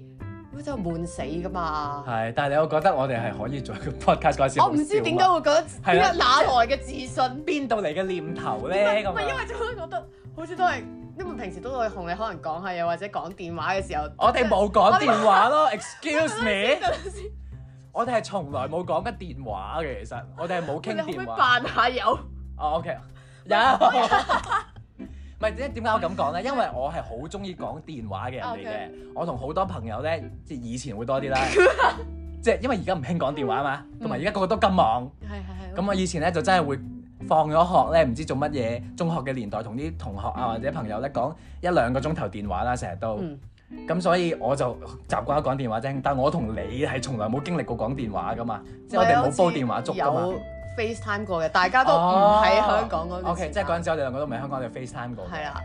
[SPEAKER 1] 咁真係悶死噶嘛！
[SPEAKER 2] 係，但係你我覺得我哋係可以做 一個 podcast 嗰陣時
[SPEAKER 1] 我
[SPEAKER 2] 好笑啊嘛，
[SPEAKER 1] 唔知點解會覺得
[SPEAKER 2] 係啊
[SPEAKER 1] 點解哪來嘅自信？
[SPEAKER 2] 邊度嚟嘅念頭
[SPEAKER 1] 唔係
[SPEAKER 2] 咧？咁啊
[SPEAKER 1] 唔係因
[SPEAKER 2] 樣
[SPEAKER 1] 為就會覺得好似都係，因為平時都會同你可能講下嘢或者講電話嘅時候，
[SPEAKER 2] 我哋冇講
[SPEAKER 1] 我哋
[SPEAKER 2] 電話 咯，excuse
[SPEAKER 1] 即
[SPEAKER 2] me，
[SPEAKER 1] 係
[SPEAKER 2] 我哋係從來冇講緊電話嘅，其實我哋係冇傾
[SPEAKER 1] 你可唔可以
[SPEAKER 2] 電話。
[SPEAKER 1] 扮下有？
[SPEAKER 2] 哦，OK，有。 唔係點點解我咁講咧？因為我係好中意講電話嘅人嚟嘅
[SPEAKER 1] OK
[SPEAKER 2] 我同好多朋友咧，即係以前會多 啲啦，即係因為而家唔興講電話嘛，同埋而家個個都咁忙。
[SPEAKER 1] 係係係。
[SPEAKER 2] 咁我嗯以前咧就真係會放咗學咧，唔知做乜嘢。中學嘅啊年代同啲同學啊或者朋友咧講一兩個鐘頭電話啦，成日都。
[SPEAKER 1] 嗯
[SPEAKER 2] 咁所以我就習慣咗講電話啫，但我同你係從來冇經歷過講電話噶嘛，即係我哋冇煲電話粥噶嘛。
[SPEAKER 1] 有 FaceTime 過嘅，大家都唔喺香港嗰
[SPEAKER 2] O
[SPEAKER 1] 段
[SPEAKER 2] K，
[SPEAKER 1] 時
[SPEAKER 2] 即
[SPEAKER 1] 間。
[SPEAKER 2] 係嗰陣時我哋兩個都唔喺香港，我哋 FaceTime 過。
[SPEAKER 1] 係啦，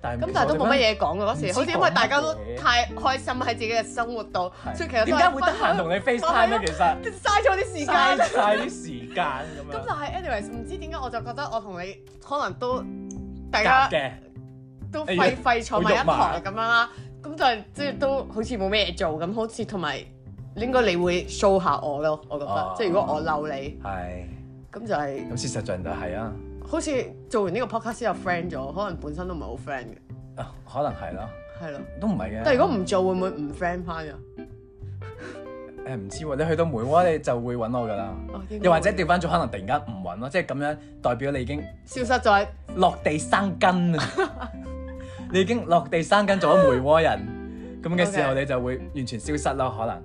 [SPEAKER 2] 但
[SPEAKER 1] 咁但係都冇乜嘢講嘅嗰
[SPEAKER 2] 唔知
[SPEAKER 1] 時，好似因為大家都
[SPEAKER 2] 講乜嘢
[SPEAKER 1] 太開心喺自己嘅生活度，
[SPEAKER 2] 係
[SPEAKER 1] 所以其實都係
[SPEAKER 2] 點解會得閒
[SPEAKER 1] 分享
[SPEAKER 2] 同你 FaceTime 咧？其實
[SPEAKER 1] 嘥咗啲時間。
[SPEAKER 2] 嘥晒啲時間咁
[SPEAKER 1] 咁
[SPEAKER 2] 樣
[SPEAKER 1] 但係 anyways，唔知點解我就覺得我同你可能都大
[SPEAKER 2] 夾
[SPEAKER 1] 家
[SPEAKER 2] 嘅，
[SPEAKER 1] 哎啊都廢廢坐埋一堂咁樣啦。咁但係即係都好似冇咩嘢做咁，好似同埋應該你會 show 下我咯，我覺得。
[SPEAKER 2] 哦
[SPEAKER 1] 即係如果我嬲你，
[SPEAKER 2] 係
[SPEAKER 1] 咁就係、
[SPEAKER 2] 咁事實上就係啊，
[SPEAKER 1] 好似做完呢個 podcast 之後 friend 咗，可能本身都唔係好 friend 嘅，
[SPEAKER 2] 啊可能係啦，
[SPEAKER 1] 係咯。
[SPEAKER 2] 都唔係嘅。
[SPEAKER 1] 但係如果唔做，會唔會唔 friend 翻啊？
[SPEAKER 2] 誒唔知喎，你去到梅窩你就會揾我㗎啦。
[SPEAKER 1] 哦應該
[SPEAKER 2] 又或者
[SPEAKER 1] 會
[SPEAKER 2] 調翻轉，可能突然間唔揾咯，即係咁樣代表你已經
[SPEAKER 1] 消失咗，
[SPEAKER 2] 落地生根啊！ 你已經落地生根做咗梅窩人，咁嘅時候
[SPEAKER 1] OK
[SPEAKER 2] 你就會完全消失咯，可能。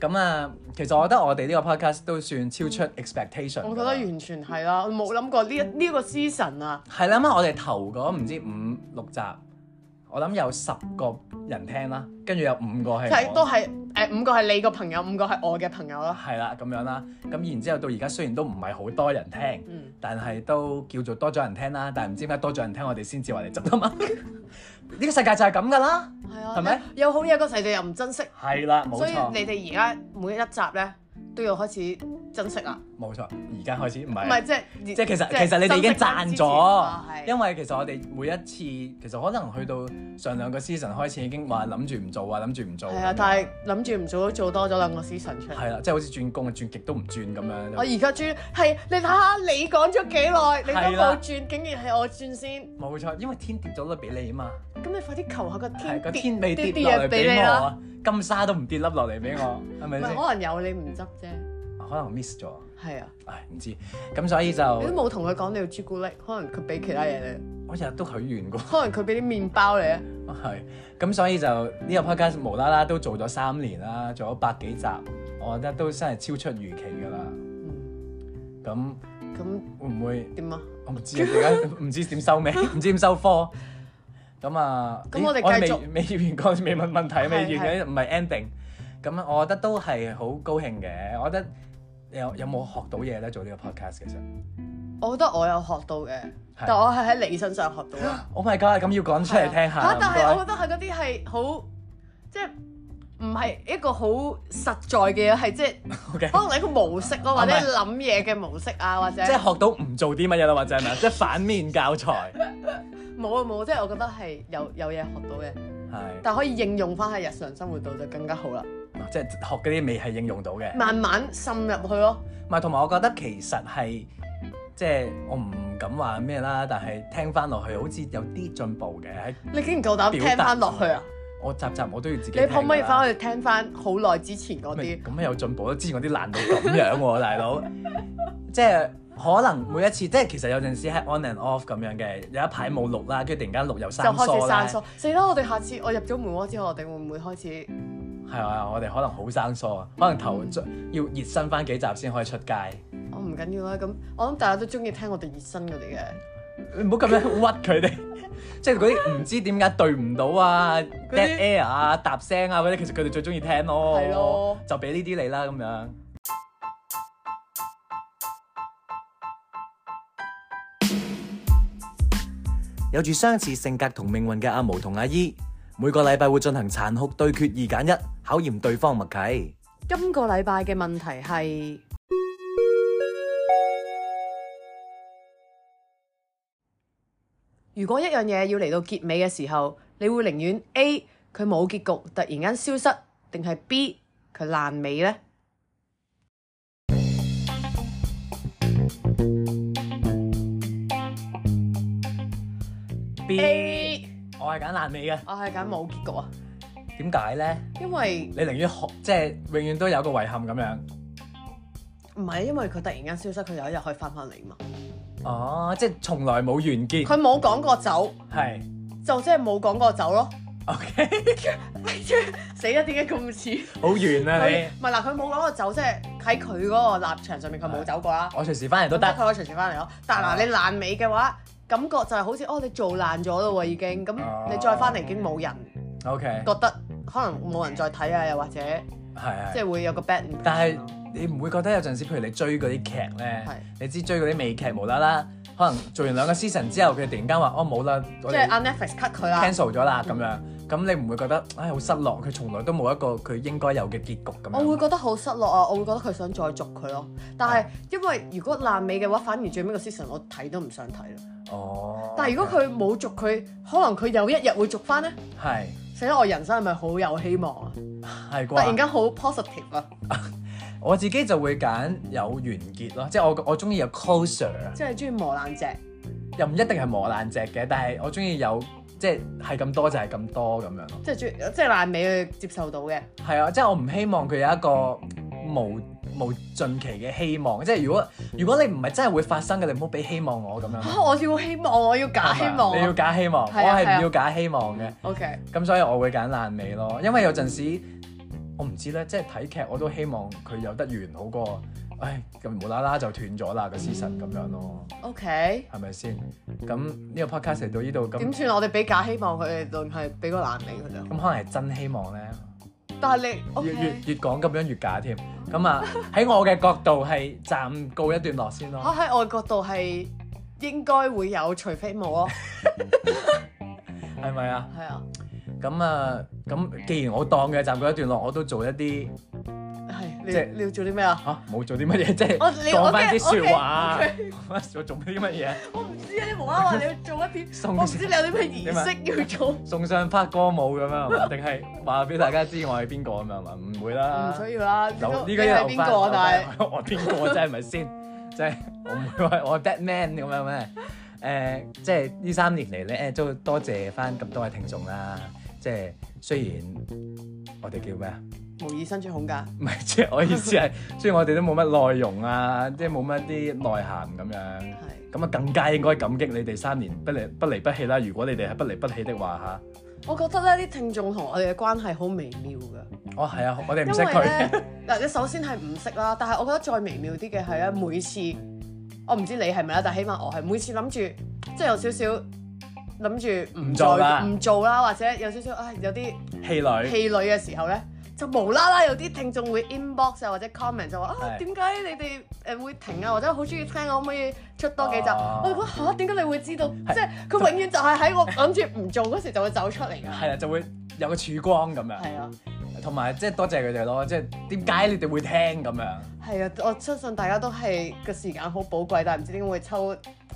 [SPEAKER 2] 咁啊，其實我覺得我哋呢個 podcast 都算超出 expectation 㗎啦。
[SPEAKER 1] 嗯我覺得完全係啦，我冇諗過呢一呢一個 season 啊，
[SPEAKER 2] 係啦，咁我哋頭嗰唔知五六集，我諗有十個人聽啦，跟住有五個
[SPEAKER 1] 就
[SPEAKER 2] 係
[SPEAKER 1] 係
[SPEAKER 2] 我
[SPEAKER 1] 都係誒五個係你個朋友，五個係我嘅朋友啦。
[SPEAKER 2] 係啦咁樣啦，咁然之後到而家雖然都唔係好多人聽，
[SPEAKER 1] 嗯
[SPEAKER 2] 但係都叫做多咗人聽啦。但係唔知點解多咗人聽，我哋先至話嚟執啊嘛。 呢個世界就係咁噶啦，
[SPEAKER 1] 係啊，
[SPEAKER 2] 係咪
[SPEAKER 1] 你有好嘢個世界又唔珍惜，
[SPEAKER 2] 係啦，冇
[SPEAKER 1] 所以
[SPEAKER 2] 錯，
[SPEAKER 1] 你哋而家每一集咧都要開始珍惜啦，
[SPEAKER 2] 冇錯。而家開始唔
[SPEAKER 1] 唔
[SPEAKER 2] 係，啊
[SPEAKER 1] 係即係
[SPEAKER 2] 即係其實其實你哋已經賺
[SPEAKER 1] 啊
[SPEAKER 2] 咗，
[SPEAKER 1] 係
[SPEAKER 2] 因為其實我哋每一次其實可能去到上兩個 season 開始已經話諗住唔做啊，諗住唔做。
[SPEAKER 1] 係啊，但係諗住唔做都做多咗兩個 season 出嚟。
[SPEAKER 2] 係啦，即係好似轉工啊，轉極都唔轉咁樣。
[SPEAKER 1] 我而家轉係你睇下你講咗幾耐，你
[SPEAKER 2] 係
[SPEAKER 1] 都冇
[SPEAKER 2] 啦
[SPEAKER 1] 轉，竟然係我轉先，
[SPEAKER 2] 冇錯，因為天跌咗粒俾你啊嘛，
[SPEAKER 1] 咁你快啲求下個
[SPEAKER 2] 係
[SPEAKER 1] 天
[SPEAKER 2] 個
[SPEAKER 1] 跌
[SPEAKER 2] 天未跌
[SPEAKER 1] 啲
[SPEAKER 2] 落
[SPEAKER 1] 嘢
[SPEAKER 2] 嚟
[SPEAKER 1] 俾
[SPEAKER 2] 俾
[SPEAKER 1] 你
[SPEAKER 2] 我
[SPEAKER 1] 啦，
[SPEAKER 2] 啊，金沙都唔跌粒落嚟俾我，係
[SPEAKER 1] 唔
[SPEAKER 2] 咪
[SPEAKER 1] 係
[SPEAKER 2] 先？
[SPEAKER 1] 可能有你唔執啫，
[SPEAKER 2] 可能 miss 咗，
[SPEAKER 1] 係啊，
[SPEAKER 2] 唉唔知，咁所以就
[SPEAKER 1] 你都冇同佢講你要朱古力，可能佢俾其他嘢你，
[SPEAKER 2] 我日日都許願噶，
[SPEAKER 1] 可能佢俾啲麵包你啊，
[SPEAKER 2] 係咁所以就呢個 podcast 無啦啦都做咗三年啦，做咗百幾集，我覺得都真係超出預期㗎啦。
[SPEAKER 1] 嗯，
[SPEAKER 2] 咁
[SPEAKER 1] 咁
[SPEAKER 2] 會唔會
[SPEAKER 1] 點啊？
[SPEAKER 2] 我唔知啊？而家唔知點收尾，唔知點收科。咁啊，
[SPEAKER 1] 咁
[SPEAKER 2] 咦
[SPEAKER 1] 我哋繼續
[SPEAKER 2] 未未完講未問問題，未完
[SPEAKER 1] 係
[SPEAKER 2] 嘅唔係 ending。咁啊，我覺得都係好高興嘅。我覺得有有冇學到嘢咧？做呢個 podcast 其實
[SPEAKER 1] 我覺得我有學到嘅，
[SPEAKER 2] 係
[SPEAKER 1] 但我係喺你身上學到咯。
[SPEAKER 2] ，Oh my god！咁要講出嚟聽下。
[SPEAKER 1] 嚇但係
[SPEAKER 2] 唔
[SPEAKER 1] 我覺得係嗰啲係好，即係唔係一個好實在嘅嘢，係即 係
[SPEAKER 2] OK
[SPEAKER 1] 可能係一個模式咯，
[SPEAKER 2] 啊
[SPEAKER 1] 或者
[SPEAKER 2] 唔係
[SPEAKER 1] 諗嘢嘅模式啊，或者
[SPEAKER 2] 該即係學到唔做啲乜嘢啦，或者係咪啊？即係反面教材
[SPEAKER 1] 冇啊冇，即係我覺得係有有嘢學到嘅，
[SPEAKER 2] 係，
[SPEAKER 1] 但係可以應用翻喺日常生活度就更加好啦。
[SPEAKER 2] 即係學嗰啲未係應用到嘅。
[SPEAKER 1] 慢慢滲入去咯，
[SPEAKER 2] 唔係，同埋我覺得其實係即係我唔敢話咩啦，但係聽翻落去好似有啲進步嘅。喺
[SPEAKER 1] 你竟然夠膽
[SPEAKER 2] 表
[SPEAKER 1] 聽
[SPEAKER 2] 達啊
[SPEAKER 1] 翻落去啊！
[SPEAKER 2] 我集集我都要自己
[SPEAKER 1] 你
[SPEAKER 2] 聽㗎啦。
[SPEAKER 1] 可唔可以翻去聽翻好耐之前嗰
[SPEAKER 2] 咪
[SPEAKER 1] 啲？
[SPEAKER 2] 咁有進步咯？之前嗰啲難到咁樣喎、大佬， 即係可能每一次，即係其實有陣時係 on and off 咁樣嘅，有一排冇錄啦，跟住突然間錄又
[SPEAKER 1] 就
[SPEAKER 2] 生
[SPEAKER 1] 開
[SPEAKER 2] 疏
[SPEAKER 1] 始
[SPEAKER 2] 啦
[SPEAKER 1] 生，疏，死啦！我哋下次我入咗門窩之後，我哋會唔會開始
[SPEAKER 2] 係啊，我哋可能好生疏啊，可能頭要熱身翻幾集先可以出街。
[SPEAKER 1] 我哦唔緊要啦，咁我諗大家都中意聽我哋熱身嗰啲嘅，
[SPEAKER 2] 你唔 好咁樣屈佢哋，即係嗰啲唔知點解對唔到啊、
[SPEAKER 1] 啲
[SPEAKER 2] dead air 啊、搭聲啊嗰啲，其實佢哋最中意聽咯。
[SPEAKER 1] 係咯，
[SPEAKER 2] 就俾呢啲你啦咁樣。有住相似性格同命運嘅阿毛同阿姨，每個禮拜會進行殘酷對決二揀一，考驗對方默契。
[SPEAKER 1] 今個禮拜嘅問題係如果一樣嘢要嚟到結尾嘅時候，你會寧願 A 佢冇結局，突然間消失，定係 B 佢爛尾呢？
[SPEAKER 2] B，
[SPEAKER 1] A，
[SPEAKER 2] 我係揀爛尾嘅，
[SPEAKER 1] 我係揀冇結局啊，
[SPEAKER 2] 點解呢？
[SPEAKER 1] 因為
[SPEAKER 2] 你寧願學，即係永遠都有個遺憾咁樣。
[SPEAKER 1] 唔係因為佢突然間消失，佢有一日可以翻返嚟嘛。
[SPEAKER 2] 哦，即係從來冇完結，
[SPEAKER 1] 佢冇講過走，
[SPEAKER 2] 係
[SPEAKER 1] 就即係冇講過走咯。
[SPEAKER 2] OK，
[SPEAKER 1] 死啦！點解咁似？
[SPEAKER 2] 好完啊
[SPEAKER 1] 佢
[SPEAKER 2] 你，
[SPEAKER 1] 唔係嗱，佢冇講過走，即係喺佢嗰個立場上面，佢冇走過啦。
[SPEAKER 2] 我隨時翻嚟都
[SPEAKER 1] 咁
[SPEAKER 2] 得，
[SPEAKER 1] 佢可以隨時翻嚟咯。但
[SPEAKER 2] 啊
[SPEAKER 1] 係嗱，你爛尾嘅話，感覺就係好似哦，你做爛咗咯喎，已經
[SPEAKER 2] 哦
[SPEAKER 1] 咁你再翻嚟已經冇人
[SPEAKER 2] OK，
[SPEAKER 1] 覺得，可能冇人再睇啊，又或者
[SPEAKER 2] 係
[SPEAKER 1] 即
[SPEAKER 2] 係。
[SPEAKER 1] 係會有個 bad impression
[SPEAKER 2] 但係
[SPEAKER 1] 咯
[SPEAKER 2] 你唔會覺得有陣時，譬如你追嗰啲劇咧
[SPEAKER 1] 係，
[SPEAKER 2] 你知追嗰啲美劇無啦啦，可能做完兩個 season 之後，佢突然間話哦冇啦，我
[SPEAKER 1] 即係啊
[SPEAKER 2] 哋
[SPEAKER 1] 阿 Netflix cut 佢啦。
[SPEAKER 2] cancel 咗啦咁樣，咁你唔會覺得唉好失落？佢從來都冇一個佢應該有嘅結局咁
[SPEAKER 1] 我會
[SPEAKER 2] 樣。
[SPEAKER 1] 覺得好失落啊！我會覺得佢想再續佢咯，但係因為如果爛尾嘅話，反而最尾個 season 我睇都唔想睇啦。
[SPEAKER 2] 哦，
[SPEAKER 1] 但係如果佢冇續佢，可能佢有一日會續翻呢。
[SPEAKER 2] 係
[SPEAKER 1] 死啦！我人生係咪好有希望啊？
[SPEAKER 2] 係
[SPEAKER 1] 突然
[SPEAKER 2] 啩？
[SPEAKER 1] 間好 positive 啊！
[SPEAKER 2] 我自己就會揀有完結咯，即係我我中意有 closer 啊，
[SPEAKER 1] 即係中意磨爛隻，
[SPEAKER 2] 又唔一定係磨爛隻嘅，但係我中意有即係係咁多就係咁多咁樣咯。
[SPEAKER 1] 即係中意即係爛尾去接受到嘅。
[SPEAKER 2] 係啊，即係我唔希望佢有一個無無盡期嘅希望。即係如果如果你唔係真係會發生嘅，你唔好俾希望我咁樣。
[SPEAKER 1] 啊我要希望，我要假希望
[SPEAKER 2] 你要
[SPEAKER 1] 啊。
[SPEAKER 2] 假希望，我
[SPEAKER 1] 係啊係
[SPEAKER 2] 係
[SPEAKER 1] 啊
[SPEAKER 2] 唔要假希望嘅。
[SPEAKER 1] O K，
[SPEAKER 2] 咁所以我會揀爛尾咯，因為有陣時我唔知咧，即係睇劇我都希望佢有得完好過，唉咁無啦啦就斷咗啦個 season 咁樣咯，
[SPEAKER 1] O K，
[SPEAKER 2] 係咪先？咁呢個 podcast 嚟到呢度咁，
[SPEAKER 1] 點
[SPEAKER 2] 咁
[SPEAKER 1] 算啊？我哋俾假希望佢哋，定係俾個爛尾佢哋啊？
[SPEAKER 2] 可能係真希望咧。
[SPEAKER 1] 但係你 O
[SPEAKER 2] 越越
[SPEAKER 1] K，
[SPEAKER 2] 越講咁樣越假添，咁啊喺我嘅角度係暫告一段落先
[SPEAKER 1] 嚇
[SPEAKER 2] 咯。
[SPEAKER 1] 喺外國度係應該會有，除非冇咯。
[SPEAKER 2] 係咪啊？
[SPEAKER 1] 係啊，
[SPEAKER 2] 咁啊，咁既然我當嘅暫告一段落，我都做一啲
[SPEAKER 1] 係
[SPEAKER 2] 即係
[SPEAKER 1] 你你要做啲咩啊？
[SPEAKER 2] 嚇冇做啲乜嘢，即係
[SPEAKER 1] 我你
[SPEAKER 2] 講翻啲
[SPEAKER 1] 我驚
[SPEAKER 2] 説話
[SPEAKER 1] OK，OK，
[SPEAKER 2] 我做啲乜嘢？
[SPEAKER 1] 我唔知啊！你無啦啦話你要做一啲，
[SPEAKER 2] 送
[SPEAKER 1] 我唔知你有啲咩儀式要 做，
[SPEAKER 2] 送上拍歌舞咁樣係嘛？定係話俾大家知我係邊個咁樣係嘛？唔會
[SPEAKER 1] 唔
[SPEAKER 2] 啦。
[SPEAKER 1] 需要啦。呢
[SPEAKER 2] 留
[SPEAKER 1] 個
[SPEAKER 2] 啊呢
[SPEAKER 1] 你
[SPEAKER 2] 個
[SPEAKER 1] 係
[SPEAKER 2] 留
[SPEAKER 1] 邊
[SPEAKER 2] 返
[SPEAKER 1] 個啊？但係
[SPEAKER 2] 留 返我邊個啫？係咪先？即係我唔會話我 dead man 咁樣咩？誒、即係呢三年嚟咧，都多謝翻咁多位聽眾啦。即係雖然我哋叫咩啊？
[SPEAKER 1] 無意生存空間。
[SPEAKER 2] 唔係即係我意思係，雖然我哋都冇乜內容啊，即係冇乜啲內涵咁樣。
[SPEAKER 1] 係，
[SPEAKER 2] 咁啊，更加應該感激你哋三年不離不離不棄啦！如果你哋係不離不棄的話嚇。
[SPEAKER 1] 我覺得咧啲聽眾同我哋嘅關係好微妙㗎。
[SPEAKER 2] 哦，係啊，我哋
[SPEAKER 1] 因
[SPEAKER 2] 唔識
[SPEAKER 1] 為
[SPEAKER 2] 佢，
[SPEAKER 1] 咧，嗱，你首先係唔識啦，但係我覺得再微妙啲嘅係咧，每次我唔知你係咪啦，但係起碼我係每次諗住，即係有少少諗住
[SPEAKER 2] 唔
[SPEAKER 1] 唔
[SPEAKER 2] 做啦
[SPEAKER 1] 再唔做啦，或者有少少唉有啲
[SPEAKER 2] 氣女
[SPEAKER 1] 氣餒嘅時候咧，就無啦啦有啲聽眾會 inbox 啊或者 comment 就話啊
[SPEAKER 2] 係
[SPEAKER 1] 點解你哋誒會停啊，或者好中意聽，可唔可以出多幾集？
[SPEAKER 2] 哦
[SPEAKER 1] 我覺得嚇點解你會知道？
[SPEAKER 2] 係
[SPEAKER 1] 即係佢永遠就係喺我諗住唔做嗰時就會走出嚟㗎。
[SPEAKER 2] 係啦，啊就會有個曙光咁樣，
[SPEAKER 1] 係啊。
[SPEAKER 2] 同埋即係多謝佢哋咯，即係點解你哋會聽咁樣？
[SPEAKER 1] 係啊，我相信大家都係個時間好寶貴，但係唔知點解會抽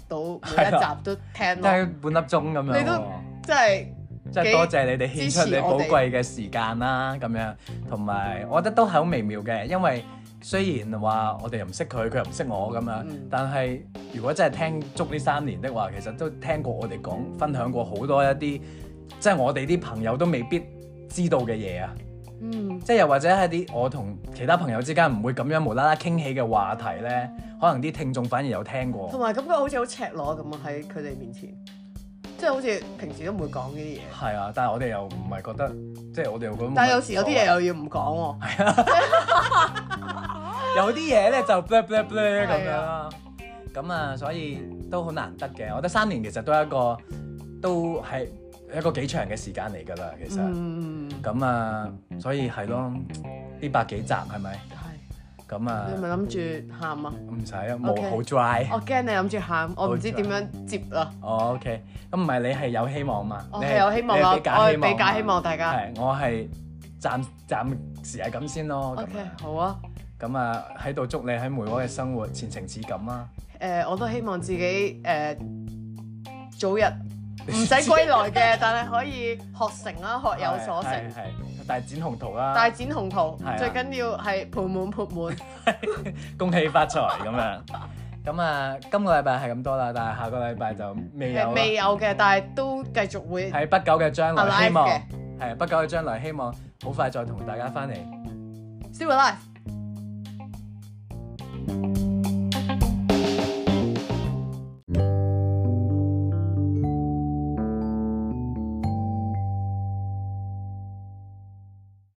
[SPEAKER 1] 到每一
[SPEAKER 2] 係啊
[SPEAKER 1] 集都聽
[SPEAKER 2] 即
[SPEAKER 1] 咯，
[SPEAKER 2] 係半粒鐘咁樣
[SPEAKER 1] 嗯你
[SPEAKER 2] 喎，
[SPEAKER 1] 即係
[SPEAKER 2] 即係
[SPEAKER 1] 幾
[SPEAKER 2] 多謝你哋獻出
[SPEAKER 1] 支
[SPEAKER 2] 你
[SPEAKER 1] 持
[SPEAKER 2] 寶
[SPEAKER 1] 我哋
[SPEAKER 2] 貴嘅時間啦，咁樣同埋我覺得都係好微妙嘅，因為雖然話我哋又唔識佢，佢又唔識我咁樣，
[SPEAKER 1] 嗯
[SPEAKER 2] 但係如果真係聽足呢三年的話，其實都聽過我哋講分享過好多一啲，即係我哋啲朋友都未必知道嘅嘢啊。
[SPEAKER 1] 嗯
[SPEAKER 2] 即係又或者係啲我同其他朋友之間唔會咁樣無啦啦傾起嘅話題咧，可能啲聽眾反而有聽
[SPEAKER 1] 同
[SPEAKER 2] 過。
[SPEAKER 1] 埋感覺好似好赤裸咁啊喺佢哋面前，即係好似平時都唔會講呢啲嘢，
[SPEAKER 2] 係啊，但係我哋又唔係覺得，即係我哋又覺得。
[SPEAKER 1] 但係有時有啲嘢，啊又要唔講喎，
[SPEAKER 2] 有啲嘢咧就 blah blah blah 咁樣
[SPEAKER 1] 係
[SPEAKER 2] 啦。咁啊，所以都好難得嘅。我覺得三年其實都係一個都係一個幾長嘅時間嚟㗎啦，其實。
[SPEAKER 1] 嗯
[SPEAKER 2] 咁啊，所以係咯，呢百幾集係咪？
[SPEAKER 1] 係，
[SPEAKER 2] 咁啊
[SPEAKER 1] 你，係咪諗住喊啊？
[SPEAKER 2] 唔使啊，冇
[SPEAKER 1] 嗯 OK
[SPEAKER 2] 好 dry。
[SPEAKER 1] 我驚你諗住喊，我唔知
[SPEAKER 2] 好
[SPEAKER 1] 點樣接啦，
[SPEAKER 2] 哦，OK，咁唔係你係有希望嘛？
[SPEAKER 1] 我
[SPEAKER 2] 你
[SPEAKER 1] 係有希望啦，
[SPEAKER 2] 你係
[SPEAKER 1] 我係
[SPEAKER 2] 俾假希望
[SPEAKER 1] 俾假希望大
[SPEAKER 2] 嘛。
[SPEAKER 1] 家。
[SPEAKER 2] 係，我係暫暫時係咁先咯。咁
[SPEAKER 1] OK，
[SPEAKER 2] 樣
[SPEAKER 1] 好啊，
[SPEAKER 2] 咁啊，喺度祝你喺梅窩嘅生活前程似錦啦。
[SPEAKER 1] 呃誒，我都希望自己誒早 日唔使歸來嘅，但係可以學成啦，學有所
[SPEAKER 2] 係
[SPEAKER 1] 成。
[SPEAKER 2] 係大展宏圖啦！
[SPEAKER 1] 大展宏圖
[SPEAKER 2] 係啊，
[SPEAKER 1] 最緊要係盤滿缽滿。
[SPEAKER 2] 恭喜發財咁樣。咁啊，今個禮拜係咁多啦，但係下個禮拜就未有啊
[SPEAKER 1] 係
[SPEAKER 2] 啦
[SPEAKER 1] 未。有嘅，但係都繼續會
[SPEAKER 2] 喺不久嘅將來，希
[SPEAKER 1] alive
[SPEAKER 2] 望
[SPEAKER 1] 嘅
[SPEAKER 2] 係不久嘅將來，希望好快再同大家翻嚟。
[SPEAKER 1] still alive。